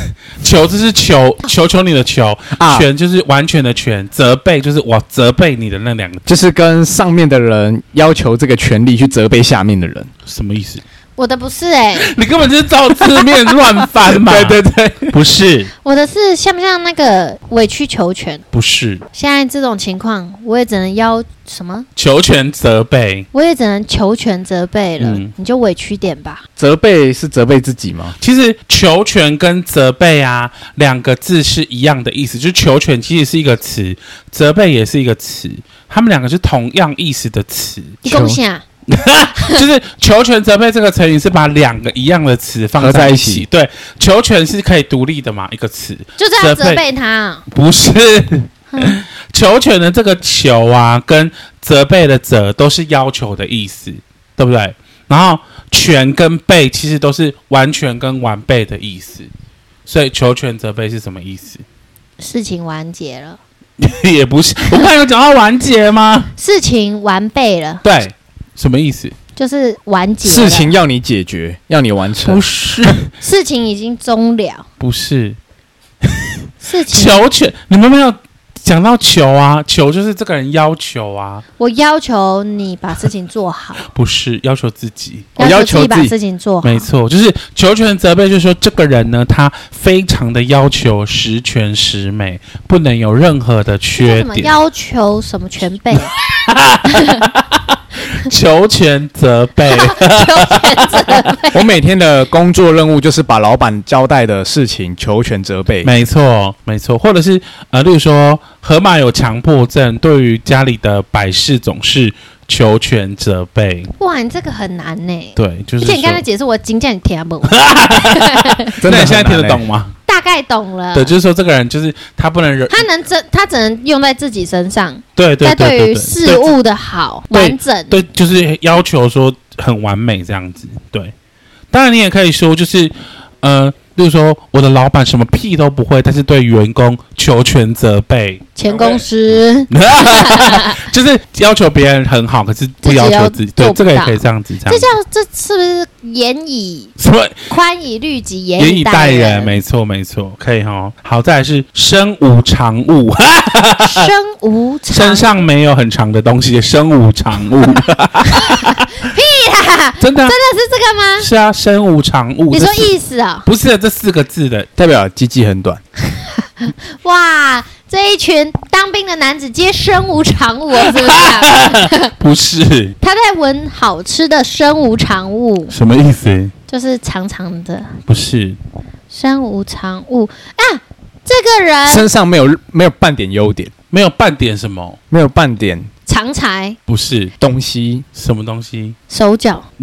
Speaker 1: 求就是求求求你的求，
Speaker 3: 啊
Speaker 1: 全就是完全的全，责备就是我责备你的那两个
Speaker 3: 就是跟上面的人要求这个权利去责备下面的人。
Speaker 1: 什么意思？
Speaker 2: 我的不是哎，
Speaker 1: 你根本就是照字面乱翻嘛！
Speaker 3: 对
Speaker 1: 对对，不是
Speaker 2: 我的是像不像那个委曲求全？
Speaker 1: 不是，
Speaker 2: 现在这种情况，我也只能要什么？
Speaker 1: 求全责备。
Speaker 2: 我也只能求全责备了
Speaker 1: 嗯。
Speaker 2: 你就委屈点吧。
Speaker 3: 责备是责备自己吗？
Speaker 1: 其实求全跟责备啊两个字是一样的意思，就是求全其实是一个词，责备也是一个词，他们两个是同样意思的 词。
Speaker 2: 你
Speaker 3: 求
Speaker 2: 贡献啊，
Speaker 1: 就是“求全责备”这个成语是把两个一样的词放在一起。
Speaker 3: 合在一起
Speaker 1: 对，“求全”是可以独立的嘛，一个词
Speaker 2: 就这样
Speaker 1: 责备
Speaker 2: 责备他啊。
Speaker 1: 不是。嗯求全的这个“求”啊，跟责备的“责”都是要求的意思，对不对？然后“全”跟“备”其实都是完全跟完备的意思，所以“求全责备”是什么意思？
Speaker 2: 事情完结了，
Speaker 1: 也不是，我刚才有讲到完结吗？
Speaker 2: 事情完备了，
Speaker 1: 对，什么意思？
Speaker 2: 就是完结了
Speaker 3: 事情要你解决，要你完成
Speaker 1: 不。是，嗯
Speaker 2: 事情已经终了，
Speaker 1: 不是。
Speaker 2: 事情
Speaker 1: 求全，你们没有讲到求啊？求就是这个人要求啊，
Speaker 2: 我要求你把事情做好，
Speaker 1: 不是要求自己。
Speaker 3: 我
Speaker 2: 要
Speaker 3: 要
Speaker 2: 求自己把
Speaker 3: 求自己
Speaker 2: 事情做好，
Speaker 1: 没错，就是求全责备，就是说这个人呢，他非常的要求十全十美，不能有任何的
Speaker 2: 叫
Speaker 1: 缺
Speaker 2: 什么
Speaker 1: 点。
Speaker 2: 要求什么 全备，
Speaker 1: 求全责备，
Speaker 3: 我每天的工作任务就是把老板交代的事情求全责备。
Speaker 1: 没错，没错，或者是呃，例如说，河马有强迫症，对于家里的百事总是求全责备。
Speaker 2: 哇，你这个很难呢。
Speaker 1: 对，就
Speaker 2: 而
Speaker 1: 是
Speaker 2: 且你刚才
Speaker 1: 说
Speaker 2: 解释，我精简听不懂，
Speaker 1: 那
Speaker 3: 真的
Speaker 1: 你现在
Speaker 3: 很
Speaker 1: 听
Speaker 3: 难
Speaker 1: 得
Speaker 3: 欸
Speaker 1: 懂？吗？
Speaker 2: 大概懂了
Speaker 1: 对，。就是说这个人就是他不能忍，
Speaker 2: 他能真，他只能用在自己身上，
Speaker 1: 对对
Speaker 2: 在
Speaker 1: 对对
Speaker 2: 对于
Speaker 1: 对
Speaker 2: 事物的好
Speaker 1: 对
Speaker 2: 完整，
Speaker 1: 对，就是要求说很完美这样子。对，当然你也可以说，就是呃，例如说我的老板什么屁都不会，但是对员工求全责 备，
Speaker 2: 前公司
Speaker 1: 就是要求别人很好，可是不要求自己。
Speaker 2: 自己
Speaker 1: 对
Speaker 2: 要，
Speaker 1: 这个也
Speaker 2: 做不到
Speaker 1: 可以这样子，这
Speaker 2: 这
Speaker 1: 样
Speaker 2: 叫
Speaker 1: 子。
Speaker 2: 这是不是严以
Speaker 1: 什么
Speaker 2: 宽以律己，严
Speaker 1: 严以待人？
Speaker 2: 人？
Speaker 1: 没错，没错，可以哈。好，再来是身无长物，
Speaker 2: 生无常，
Speaker 1: 身上没有很长的东西，身无长物。真
Speaker 2: 真
Speaker 1: 的啊、
Speaker 2: 的是这个吗？
Speaker 1: 是啊，身无长物。
Speaker 2: 你
Speaker 1: 这
Speaker 2: 说
Speaker 1: 是
Speaker 2: 意思啊、
Speaker 1: 不是这四个字的
Speaker 3: 代表鸡鸡很短，
Speaker 2: 哇，这一群当兵的男子皆身无长物，是不 是、啊？
Speaker 1: 不是
Speaker 2: 他在闻好吃的身无长物，
Speaker 1: 什么意思？
Speaker 2: 就是长长的
Speaker 1: 不是
Speaker 2: 身无长物啊！这个人
Speaker 3: 身上没有没有半点优点，
Speaker 1: 没有半点什么，
Speaker 3: 没有半点
Speaker 2: 长才
Speaker 1: 不是
Speaker 3: 东西，
Speaker 1: 什么东 西。
Speaker 2: 手脚，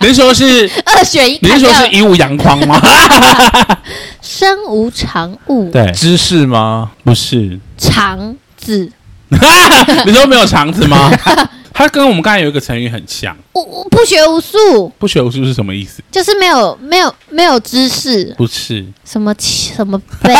Speaker 1: 您说是
Speaker 2: 二选一
Speaker 1: 您
Speaker 2: 砍
Speaker 1: 说
Speaker 2: 掉
Speaker 1: 是
Speaker 2: 了，
Speaker 1: 以武扬匡 吗？
Speaker 2: 身无长物，
Speaker 1: 对，
Speaker 3: 知识吗？
Speaker 1: 不 是。
Speaker 2: 长子，
Speaker 1: 你说没有肠子 吗？它跟我们刚才有一个成语很像，
Speaker 2: 我我不学无术，
Speaker 1: 不学无术是什么意思？
Speaker 2: 就是没有没有没有知识，
Speaker 1: 不是，
Speaker 2: 什么气什么 背，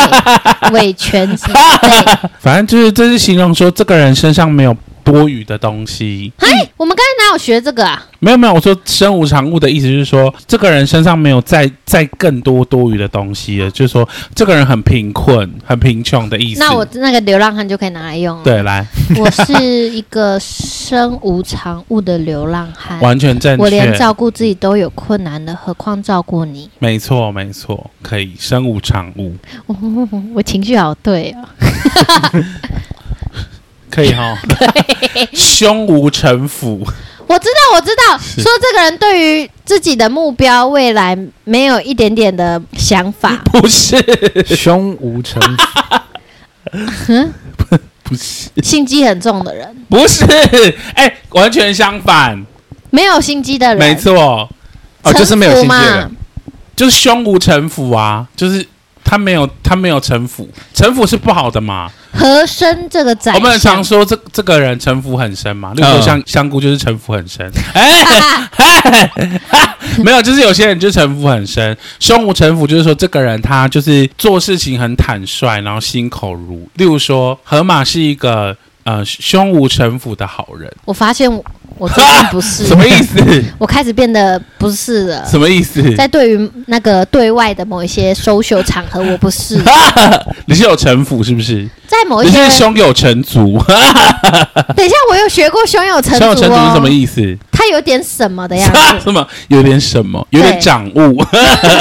Speaker 2: 尾权什么背。
Speaker 1: 反正就是这是形容说这个人身上没有多余的东西。
Speaker 2: 哎，我们刚才哪有学这个啊？
Speaker 1: 没有没有，我说身无长物的意思就是说，这个人身上没有再再更多多余的东西了，就是说这个人很贫困、很贫穷的意思。
Speaker 2: 那我那个流浪汉就可以拿来用了。
Speaker 1: 对来
Speaker 2: 我是一个身无长物的流浪 汉，
Speaker 1: 完全正确，
Speaker 2: 我连照顾自己都有困难了，何况照 顾你？
Speaker 1: 没错没错，可以身无长物，
Speaker 2: 我情绪好对啊，
Speaker 1: 可以哈，胸无城府，
Speaker 2: 我知道，我知道，
Speaker 1: 是，
Speaker 2: 说这个人对于自己的目标未来没有一点点的想法
Speaker 1: 不是
Speaker 3: 胸无城府，
Speaker 1: 不是
Speaker 2: 心机很重的人，
Speaker 1: 不是，哎、完全相反，
Speaker 2: 没有心机的人，
Speaker 1: 没错，
Speaker 3: 哦，就是没有
Speaker 2: 城
Speaker 3: 心
Speaker 2: 府嘛
Speaker 3: 机的人，
Speaker 1: 就是胸无城府啊，就是他没有他没有城府，城府是不好的嘛。
Speaker 2: 和珅这个宰
Speaker 1: 我们很
Speaker 2: 相
Speaker 1: 常，说这这个人城府很深嘛，例如说
Speaker 3: 嗯
Speaker 1: 香、香菇就是城府很深，哎、 哎哈没有，就是有些人就是城府很深，胸无城府就是说这个人他就是做事情很坦率，然后心口如，例如说河马是一个呃胸无城府的好人，
Speaker 2: 我发现我我最近不 是，
Speaker 1: 什么意 思？
Speaker 2: 我开始变得不是了。
Speaker 1: 什么意思？
Speaker 2: 在对于那个对外的某一些 social 场合，我 不是
Speaker 1: 你是有城府是不是？
Speaker 2: 在某一
Speaker 1: 你
Speaker 2: 些
Speaker 1: 是。胸有成竹，
Speaker 2: 等一下，我有学过胸有成
Speaker 1: 胸有
Speaker 2: 竹
Speaker 1: 成竹是
Speaker 2: 哦，
Speaker 1: 什么意思？
Speaker 2: 它有点什么的样子，
Speaker 1: 什么有点什么，有点
Speaker 2: 对
Speaker 1: 掌握。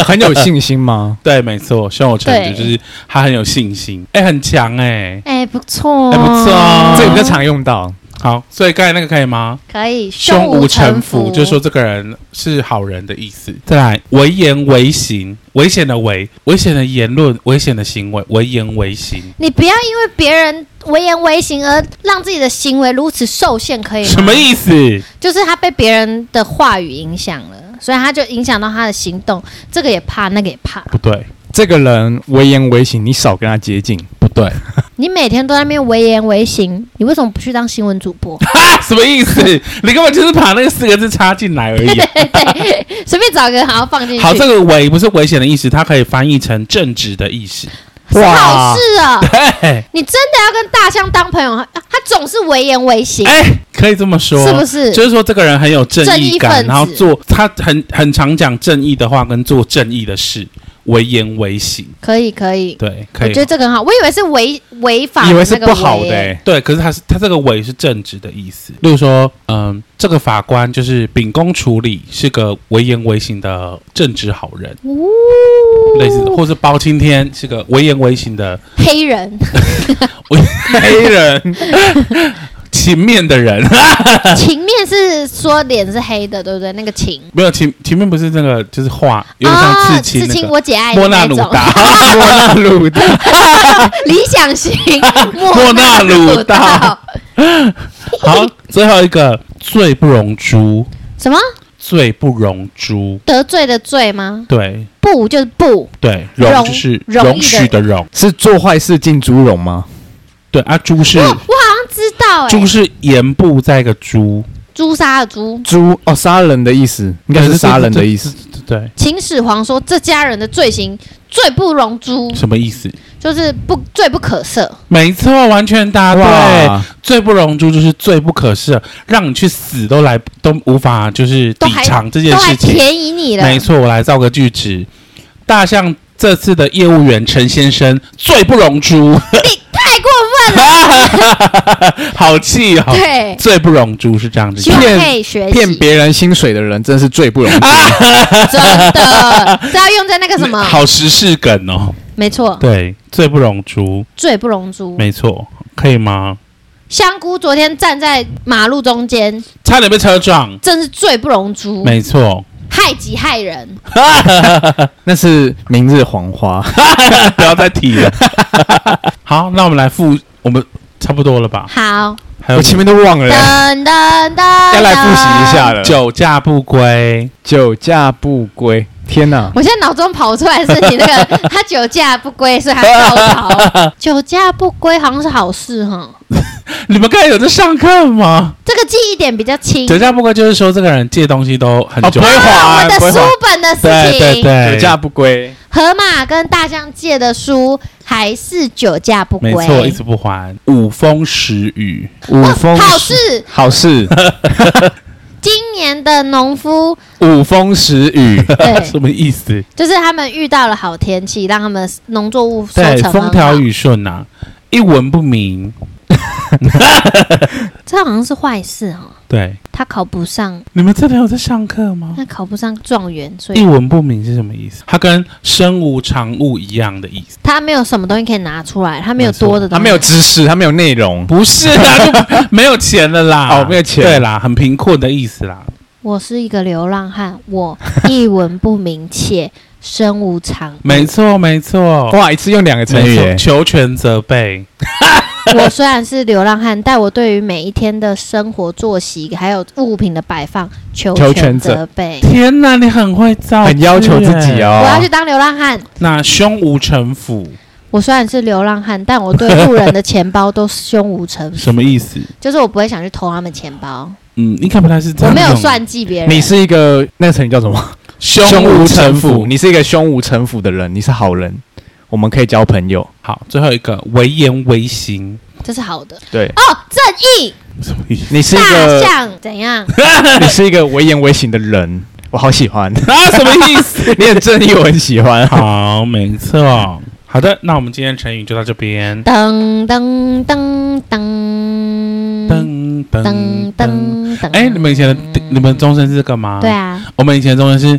Speaker 3: 很有信心 吗？
Speaker 1: 对，没错，胸有成
Speaker 2: 对
Speaker 1: 竹就是他很有信心，哎、很强哎、
Speaker 2: 哎，不错哦，
Speaker 1: 哎不错哦
Speaker 3: 这个比较常用到，
Speaker 1: 好，所以刚才那个可以吗？
Speaker 2: 可以
Speaker 1: 胸
Speaker 2: 无
Speaker 1: 城
Speaker 2: 府，
Speaker 1: 就是说这个人是好人的意思。再来，危言危行，危险的危，危险的言论，危险的行为，危言危行，
Speaker 2: 你不要因为别人危言危行而让自己的行为如此受限，可以吗？
Speaker 1: 什么意思？
Speaker 2: 就是他被别人的话语影响了，所以他就影响到他的行动，这个也怕，那个也怕。
Speaker 1: 不对，
Speaker 3: 这个人危言危行，你少跟他接近。
Speaker 1: 不对，
Speaker 2: 你每天都在那边危言危行，你为什么不去当新闻主 播？
Speaker 1: 啊，什么意 思？你根本就是把那个四个字插进来而已、啊。
Speaker 2: 随便找一个好像放进去，
Speaker 1: 好，这个危不是危险的意思，它可以翻译成正直的意思。哎
Speaker 2: 是好事啊！
Speaker 1: 对，
Speaker 2: 你真的要跟大象当朋友，他他总是危言危行，
Speaker 1: 哎，可以这么说，
Speaker 2: 是不是
Speaker 1: 就是说这个人很有正义
Speaker 2: 正义分
Speaker 1: 感，
Speaker 2: 子
Speaker 1: 然后做他很很常讲正义的话，跟做正义的事，危言危行。
Speaker 2: 可以可以，
Speaker 1: 对，
Speaker 2: 我
Speaker 1: 可以
Speaker 2: 觉。得这个很好。我以为是违违法的
Speaker 3: 以
Speaker 2: 那个违，
Speaker 3: 为是不好的、欸，
Speaker 1: 对，可是他是他这个“违”是正直的意思。例如说，嗯，这个法官就是秉公处理，是个危言危行的正直好人，
Speaker 2: 呜
Speaker 1: 类似的，或是包青天是个危言危行的
Speaker 2: 黑人
Speaker 1: 黑人， 情面的人。
Speaker 2: 情面是说脸是黑的，对不对？那个情
Speaker 1: 没有前前面不是那个就是画，有点像
Speaker 2: 啊
Speaker 1: 刺青
Speaker 2: 刺
Speaker 1: 那
Speaker 2: 青
Speaker 1: 个。
Speaker 2: 我姐爱
Speaker 1: 莫
Speaker 2: 的
Speaker 1: 纳
Speaker 2: 那
Speaker 1: 鲁
Speaker 2: 种
Speaker 1: 达，
Speaker 3: 莫那鲁的，
Speaker 2: 理想型
Speaker 1: 莫纳鲁
Speaker 2: 道
Speaker 1: 道好，最后一个罪不容诛，
Speaker 2: 什么
Speaker 1: 罪不容诛，
Speaker 2: 得罪的罪吗？
Speaker 1: 对
Speaker 2: 不就是不
Speaker 1: 对，
Speaker 2: 容
Speaker 1: 容就是
Speaker 2: 容易的
Speaker 1: 容许的容，
Speaker 3: 是做坏事进猪笼吗？
Speaker 1: 对啊，诛是
Speaker 2: 我我好像知道哎、
Speaker 1: 诛是言部在一个诛，
Speaker 2: 朱砂的朱。
Speaker 3: 猪哦，杀人的意思，应该是杀人的意思。
Speaker 1: 对，
Speaker 2: 秦始皇说：“这家人的罪行罪不容诛，
Speaker 1: 什么意思？
Speaker 2: 就是不罪不可赦。
Speaker 1: 没错，完全答对。
Speaker 3: 哇，
Speaker 1: 罪不容诛就是罪不可赦，让你去死都来都无法就是
Speaker 2: 都
Speaker 1: 抵
Speaker 2: 还
Speaker 1: 偿这件
Speaker 2: 都还
Speaker 1: 事情。
Speaker 2: 便宜你了。
Speaker 1: 没错，我来造个句子：大象这次的业务员陈先生罪不容诛，
Speaker 2: 你太过
Speaker 1: 好气哦！
Speaker 2: 分，对，
Speaker 1: 罪不容诛是这样子
Speaker 2: 希
Speaker 1: 讲。
Speaker 2: 望
Speaker 3: 骗
Speaker 2: 可以学习
Speaker 3: 骗，别人薪水的人啊真是罪不容诛。
Speaker 2: 真的，这要用在那个什么
Speaker 1: 好时事梗哦，
Speaker 2: 没错，
Speaker 1: 对，罪不容诛，
Speaker 2: 罪不容诛。
Speaker 1: 没错，可以吗？
Speaker 2: 香菇昨天站在马路中间，
Speaker 1: 差点被车撞，
Speaker 2: 真是罪不容诛，
Speaker 1: 没错，
Speaker 2: 害己害人。
Speaker 3: 那是明日黄花，
Speaker 1: 不要再提了。 好，那我们来复，我们差不多了吧？
Speaker 2: 好，
Speaker 1: 还有
Speaker 3: 我前面都忘了，
Speaker 2: 噔噔噔，
Speaker 3: 啊要来复习一下。了。
Speaker 1: 酒驾不归，
Speaker 3: 酒驾不归，天哪！
Speaker 2: 我现在脑中跑出来是你那个，他酒驾不归，所以他跳 逃。酒驾不归好像是好事哈，
Speaker 1: 你们刚才有在上课吗？
Speaker 2: 这个记忆点比较轻。
Speaker 1: 酒驾不归就是说这个人借东西都很
Speaker 3: 哦
Speaker 1: 久，
Speaker 3: 不会
Speaker 2: 啊，我
Speaker 3: 还
Speaker 2: 的
Speaker 3: 不会哎
Speaker 2: 书
Speaker 3: 还
Speaker 2: 本的事
Speaker 1: 对对
Speaker 2: 情。
Speaker 1: 对，
Speaker 3: 酒驾不归，
Speaker 2: 河马跟大象借的书还是酒驾不
Speaker 1: 没
Speaker 2: 归，
Speaker 1: 错，一直不还。五风十雨，
Speaker 3: 五
Speaker 2: 哇
Speaker 3: 风
Speaker 2: 好
Speaker 3: 十
Speaker 2: 事。
Speaker 3: 好 事，
Speaker 2: 今年的农 夫，
Speaker 3: 五风十 雨，
Speaker 2: 对，
Speaker 1: 什么意思？
Speaker 2: 就是他们遇到了好天气，让他们农作物收
Speaker 1: 对，
Speaker 2: 成
Speaker 1: 风
Speaker 2: 很
Speaker 1: 调
Speaker 2: 好。
Speaker 1: 雨顺呐、一文不名。
Speaker 2: 这好像是坏事哦，
Speaker 1: 对，
Speaker 2: 他考不上，
Speaker 1: 你们这边有在上课吗？
Speaker 2: 他考不上状元，所
Speaker 1: 一
Speaker 2: 以
Speaker 1: 文不名是什么意思？它跟身无长物一样的意思。
Speaker 2: 他没有什么东西可以拿出来，他没有
Speaker 1: 没错
Speaker 2: 多的东
Speaker 3: 他
Speaker 2: 西，
Speaker 3: 没有知识，他没有内容。
Speaker 1: 不是啊， 就没有钱了啦。
Speaker 3: 哦没有钱
Speaker 1: 对啦，很贫困的意思啦。
Speaker 2: 我是一个流浪汉，我一文不名且身无长物。
Speaker 1: 没错，没错，
Speaker 3: 哇，一次用两个成
Speaker 1: 没
Speaker 3: 语
Speaker 1: 错，
Speaker 3: 耶，
Speaker 1: 求全责备。
Speaker 2: 我虽然是流浪汉，但我对于每一天的生活作息还有物品的摆放求
Speaker 3: 求
Speaker 2: 全
Speaker 3: 全责
Speaker 2: 责备。
Speaker 1: 天哪，你很会造，
Speaker 3: 很要求自己。
Speaker 1: 啊
Speaker 3: 哦。
Speaker 2: 我要去当流浪汉。
Speaker 1: 那胸无城府
Speaker 2: 我虽然是流浪汉，但我对路人的钱包都胸无成
Speaker 1: 什么意思？
Speaker 2: 就是我不会想去偷他们钱包，
Speaker 1: 嗯，应该不太是这
Speaker 2: 我
Speaker 1: 样
Speaker 2: 没
Speaker 1: 用。
Speaker 2: 有算计别人。
Speaker 3: 你是一个那个成语叫什么？
Speaker 1: 胸无城府。
Speaker 3: 你是一个胸无城府的人，你是好人，我们可以交朋友。
Speaker 1: 好，最后一个为言为行，
Speaker 2: 这是好的
Speaker 3: 对，
Speaker 2: 哦，正义
Speaker 1: 什么意思？
Speaker 3: 你是一
Speaker 2: 大
Speaker 3: 个
Speaker 2: 象怎样？
Speaker 3: 你是一个为言为行的人，我好喜欢。
Speaker 1: 啊，什么意思？
Speaker 3: 你很正义，我很喜欢。
Speaker 1: 好，没错。好的，那我们今天成语就到这边。
Speaker 2: 噔噔噔噔
Speaker 1: 噔噔
Speaker 2: 噔
Speaker 1: 噔。
Speaker 2: 噔噔。
Speaker 1: 哎，你们以前的你们终身是干嘛？
Speaker 2: 对，啊，
Speaker 1: 我们以前的终身是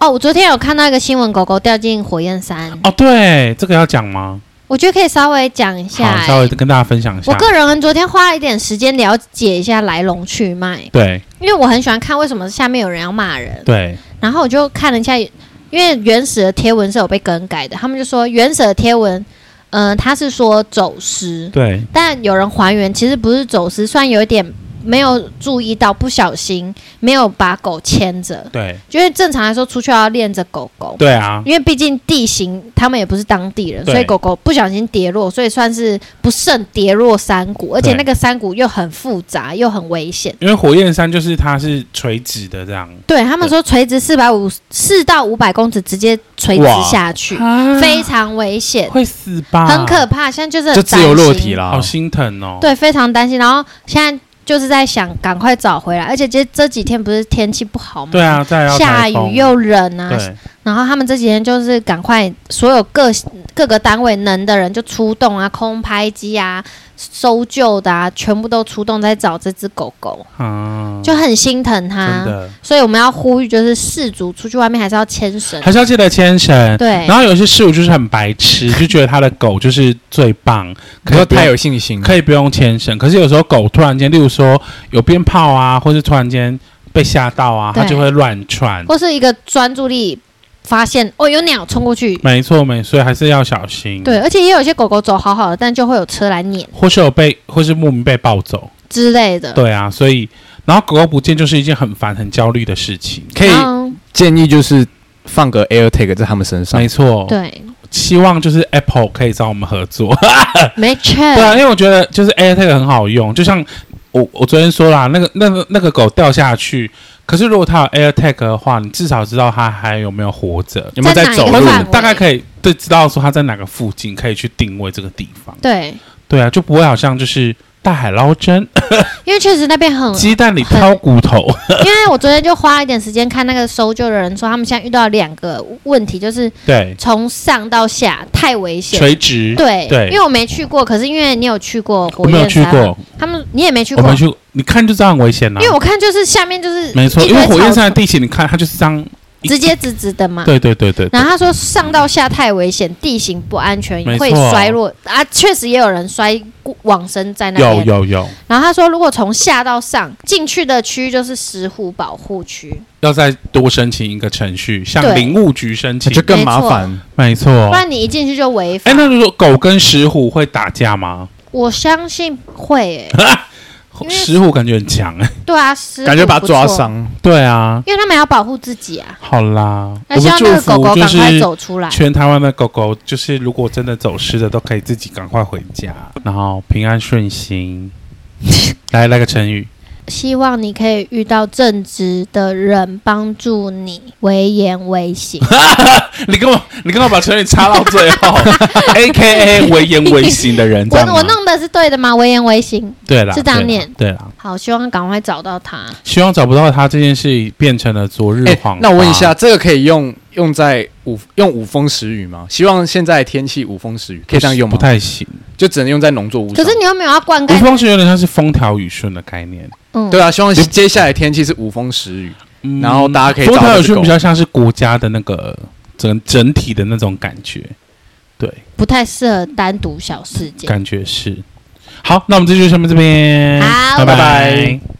Speaker 2: 哦，我昨天有看到一个新闻，狗狗掉进火焰山，
Speaker 1: 哦，对，这个要讲吗？
Speaker 2: 我觉得可以稍微讲一下。
Speaker 1: 好，
Speaker 2: 哎
Speaker 1: 稍微跟大家分享一
Speaker 2: 我
Speaker 1: 下。
Speaker 2: 个人昨天花了一点时间了解一下来龙去脉，
Speaker 1: 对
Speaker 2: 因为我很喜欢看为什么下面有人要骂人，
Speaker 1: 对，
Speaker 2: 然后我就看了一下，因为原始的贴文是有被更改的，他们就说原始的贴文，嗯、呃，他是说走失，
Speaker 1: 对，
Speaker 2: 但有人还原其实不是走失，算有一点没有注意到，不小心没有把狗牵着，
Speaker 1: 对，
Speaker 2: 因为正常来说出去要练着狗狗，
Speaker 1: 对啊，
Speaker 2: 因为毕竟地形他们也不是当地人，
Speaker 1: 对
Speaker 2: 所以狗狗不小心跌落，所以算是不慎跌落山谷，而且那个山谷又很复杂又很危险。
Speaker 1: 因为火焰山就是它是垂直的这样，
Speaker 2: 对他们说，垂直四百五四到五百公尺直接垂直
Speaker 3: 哇
Speaker 2: 下去，
Speaker 1: 啊
Speaker 2: 非常危险，
Speaker 1: 会死吧？
Speaker 2: 很可怕。现在就是很
Speaker 3: 就自由落
Speaker 2: 担心
Speaker 3: 体，啦
Speaker 1: 好。心疼哦。
Speaker 2: 对，非常担心。然后现在就是在想赶快找回来，而且这这几天不是天气不好吗？
Speaker 1: 对。啊，再来要
Speaker 2: 下
Speaker 1: 台风
Speaker 2: 雨又冷啊，
Speaker 1: 对，
Speaker 2: 然后他们这几天就是赶快所有各各个单位能的人就出动啊，空拍机啊、搜救的啊，全部都出动在找这只狗狗，
Speaker 1: 啊，
Speaker 2: 就很啊心疼它
Speaker 1: 真。的
Speaker 2: 所以我们要呼吁，就是事主出去外面还是要牵 绳。
Speaker 1: 还是要记得牵绳。
Speaker 2: 对
Speaker 1: 然，后有些事物就是很白痴，就觉得他的狗就是最棒，可
Speaker 3: 可
Speaker 1: 以
Speaker 3: 是
Speaker 1: 不用
Speaker 3: 太有信心，
Speaker 1: 可以不用牵绳。可是有时候狗突然间，例如说有鞭炮啊，或是突然间被吓到啊，
Speaker 2: 对
Speaker 1: 它就会乱窜。
Speaker 2: 或是一个专注力，发现哦有鸟冲过去，
Speaker 1: 没错，没错，所以还是要小心。
Speaker 2: 对，，而且也有一些狗狗走好好的，但就会有车来撵
Speaker 1: 或是有被，或是莫名被抱走。
Speaker 2: 之类的。
Speaker 1: 对啊，所以然后狗狗不见就是一件很烦、很焦虑的事情。
Speaker 3: 可以
Speaker 2: 然后
Speaker 3: 建议就是放个 AirTag 在他们身上
Speaker 1: 没。错，
Speaker 2: 对，
Speaker 1: 希望就是 Apple 可以找我们合作。
Speaker 2: 没错，
Speaker 1: 对啊，因为我觉得就是 AirTag 很好用，就像我我昨天说啦，那个那个那个狗掉下去，可是如果它有 AirTag 的话，你至少知道它还有没有活着。
Speaker 3: 有没有
Speaker 2: 在
Speaker 3: 在
Speaker 2: 哪一
Speaker 3: 走
Speaker 2: 个
Speaker 1: 或
Speaker 3: 路
Speaker 1: 者？
Speaker 2: 范围
Speaker 1: 大概可以对知道说它在哪个附近，可以去定位这个地方。
Speaker 2: 对，
Speaker 1: 对啊，就不会好像就是大海捞针，
Speaker 2: 因为确实那边很
Speaker 1: 鸡蛋里挑骨 头。
Speaker 2: 因为我昨天就花一点时间看那个搜救的人说，他们现在遇到两个问题，就是
Speaker 1: 对，
Speaker 2: 从上到下太危险。
Speaker 1: 垂直。
Speaker 2: 对，
Speaker 1: 对
Speaker 2: 因为我没去过，可是因为你有去过
Speaker 1: 我
Speaker 2: 火
Speaker 1: 没有
Speaker 2: 焰
Speaker 1: 去
Speaker 2: 山，
Speaker 1: 过，
Speaker 2: 他们你也没啊去
Speaker 1: 我
Speaker 2: 过，
Speaker 1: 没去过，你看就知道很危险啦、
Speaker 2: 因为我看就是下面就是
Speaker 1: 没错，
Speaker 2: 一
Speaker 1: 因
Speaker 2: 堆
Speaker 1: 为火焰
Speaker 2: 草
Speaker 1: 山的地形，你看它就是这样。一
Speaker 2: 直接直直的嘛。
Speaker 1: 对对对对对
Speaker 2: 然后他说上到下太危险，地形不安全
Speaker 1: 没，
Speaker 2: 会
Speaker 1: 错
Speaker 2: 摔落啊。确实也有人摔过往生在那
Speaker 1: 有
Speaker 2: 边。
Speaker 1: 有有，
Speaker 2: 然后他说，如果从下到上进去的区域就是石虎保护区，
Speaker 1: 要再多申请一个程序，向
Speaker 2: 对
Speaker 1: 林务局申请
Speaker 3: 就。更麻
Speaker 2: 没错
Speaker 3: 烦。
Speaker 1: 没错。
Speaker 2: 不然你一进去就违法。
Speaker 1: 哦哎，那如果狗跟石虎会打架吗？
Speaker 2: 我相信会、因为
Speaker 1: 石虎感觉很强 哎。
Speaker 2: 欸，对啊，石虎
Speaker 3: 感觉把他
Speaker 2: 不
Speaker 3: 抓
Speaker 2: 错，
Speaker 3: 伤，
Speaker 1: 对啊，
Speaker 2: 因为他们要保护自己啊。
Speaker 1: 好啦，
Speaker 2: 那
Speaker 1: 我
Speaker 2: 希
Speaker 1: 们
Speaker 2: 望
Speaker 1: 祝
Speaker 2: 那个狗
Speaker 1: 福
Speaker 2: 狗
Speaker 1: 就
Speaker 2: 赶快
Speaker 1: 是
Speaker 2: 走出来。
Speaker 1: 全台湾的狗狗，就是如果真的走失的，都可以自己赶快回家，然后平安顺 心。来来个成语，
Speaker 2: 希望你可以遇到正直的人帮助你，微言微行。
Speaker 1: 你跟我，你跟我把成语插到最 后，A K A 为言为行的人，
Speaker 2: 我
Speaker 1: 这样吗
Speaker 2: 我弄的是对的吗？微言微行。
Speaker 1: 对啦，
Speaker 2: 是这
Speaker 1: 对
Speaker 2: 样
Speaker 1: 啦
Speaker 2: 念
Speaker 1: 对啦。
Speaker 2: 好，希望赶快找到他。
Speaker 1: 希望找不到他这件事变成了昨日
Speaker 3: 哎
Speaker 1: 黄花。
Speaker 3: 那我问一下，这个可以用用在五用五风十雨吗？希望现在天气五风十雨可以这样用吗
Speaker 1: 不？太行。
Speaker 3: 就只能用在农作物上。
Speaker 2: 可是你又没有要灌
Speaker 1: 无
Speaker 2: 溉，
Speaker 1: 风是有点像是风调雨顺的概念，
Speaker 2: 嗯，
Speaker 3: 对啊，希望接下来天气是五风十雨，
Speaker 1: 嗯
Speaker 3: 然后大家可以
Speaker 1: 风
Speaker 3: 找到
Speaker 1: 调
Speaker 3: 这
Speaker 1: 雨
Speaker 3: 只
Speaker 1: 顺
Speaker 3: 狗
Speaker 1: 比较像是国家的那个整整体的那种感觉，对，
Speaker 2: 不太适合单独小事件。
Speaker 1: 感觉是。好，那我们这就先到这边，
Speaker 2: 好
Speaker 1: 拜
Speaker 3: 拜拜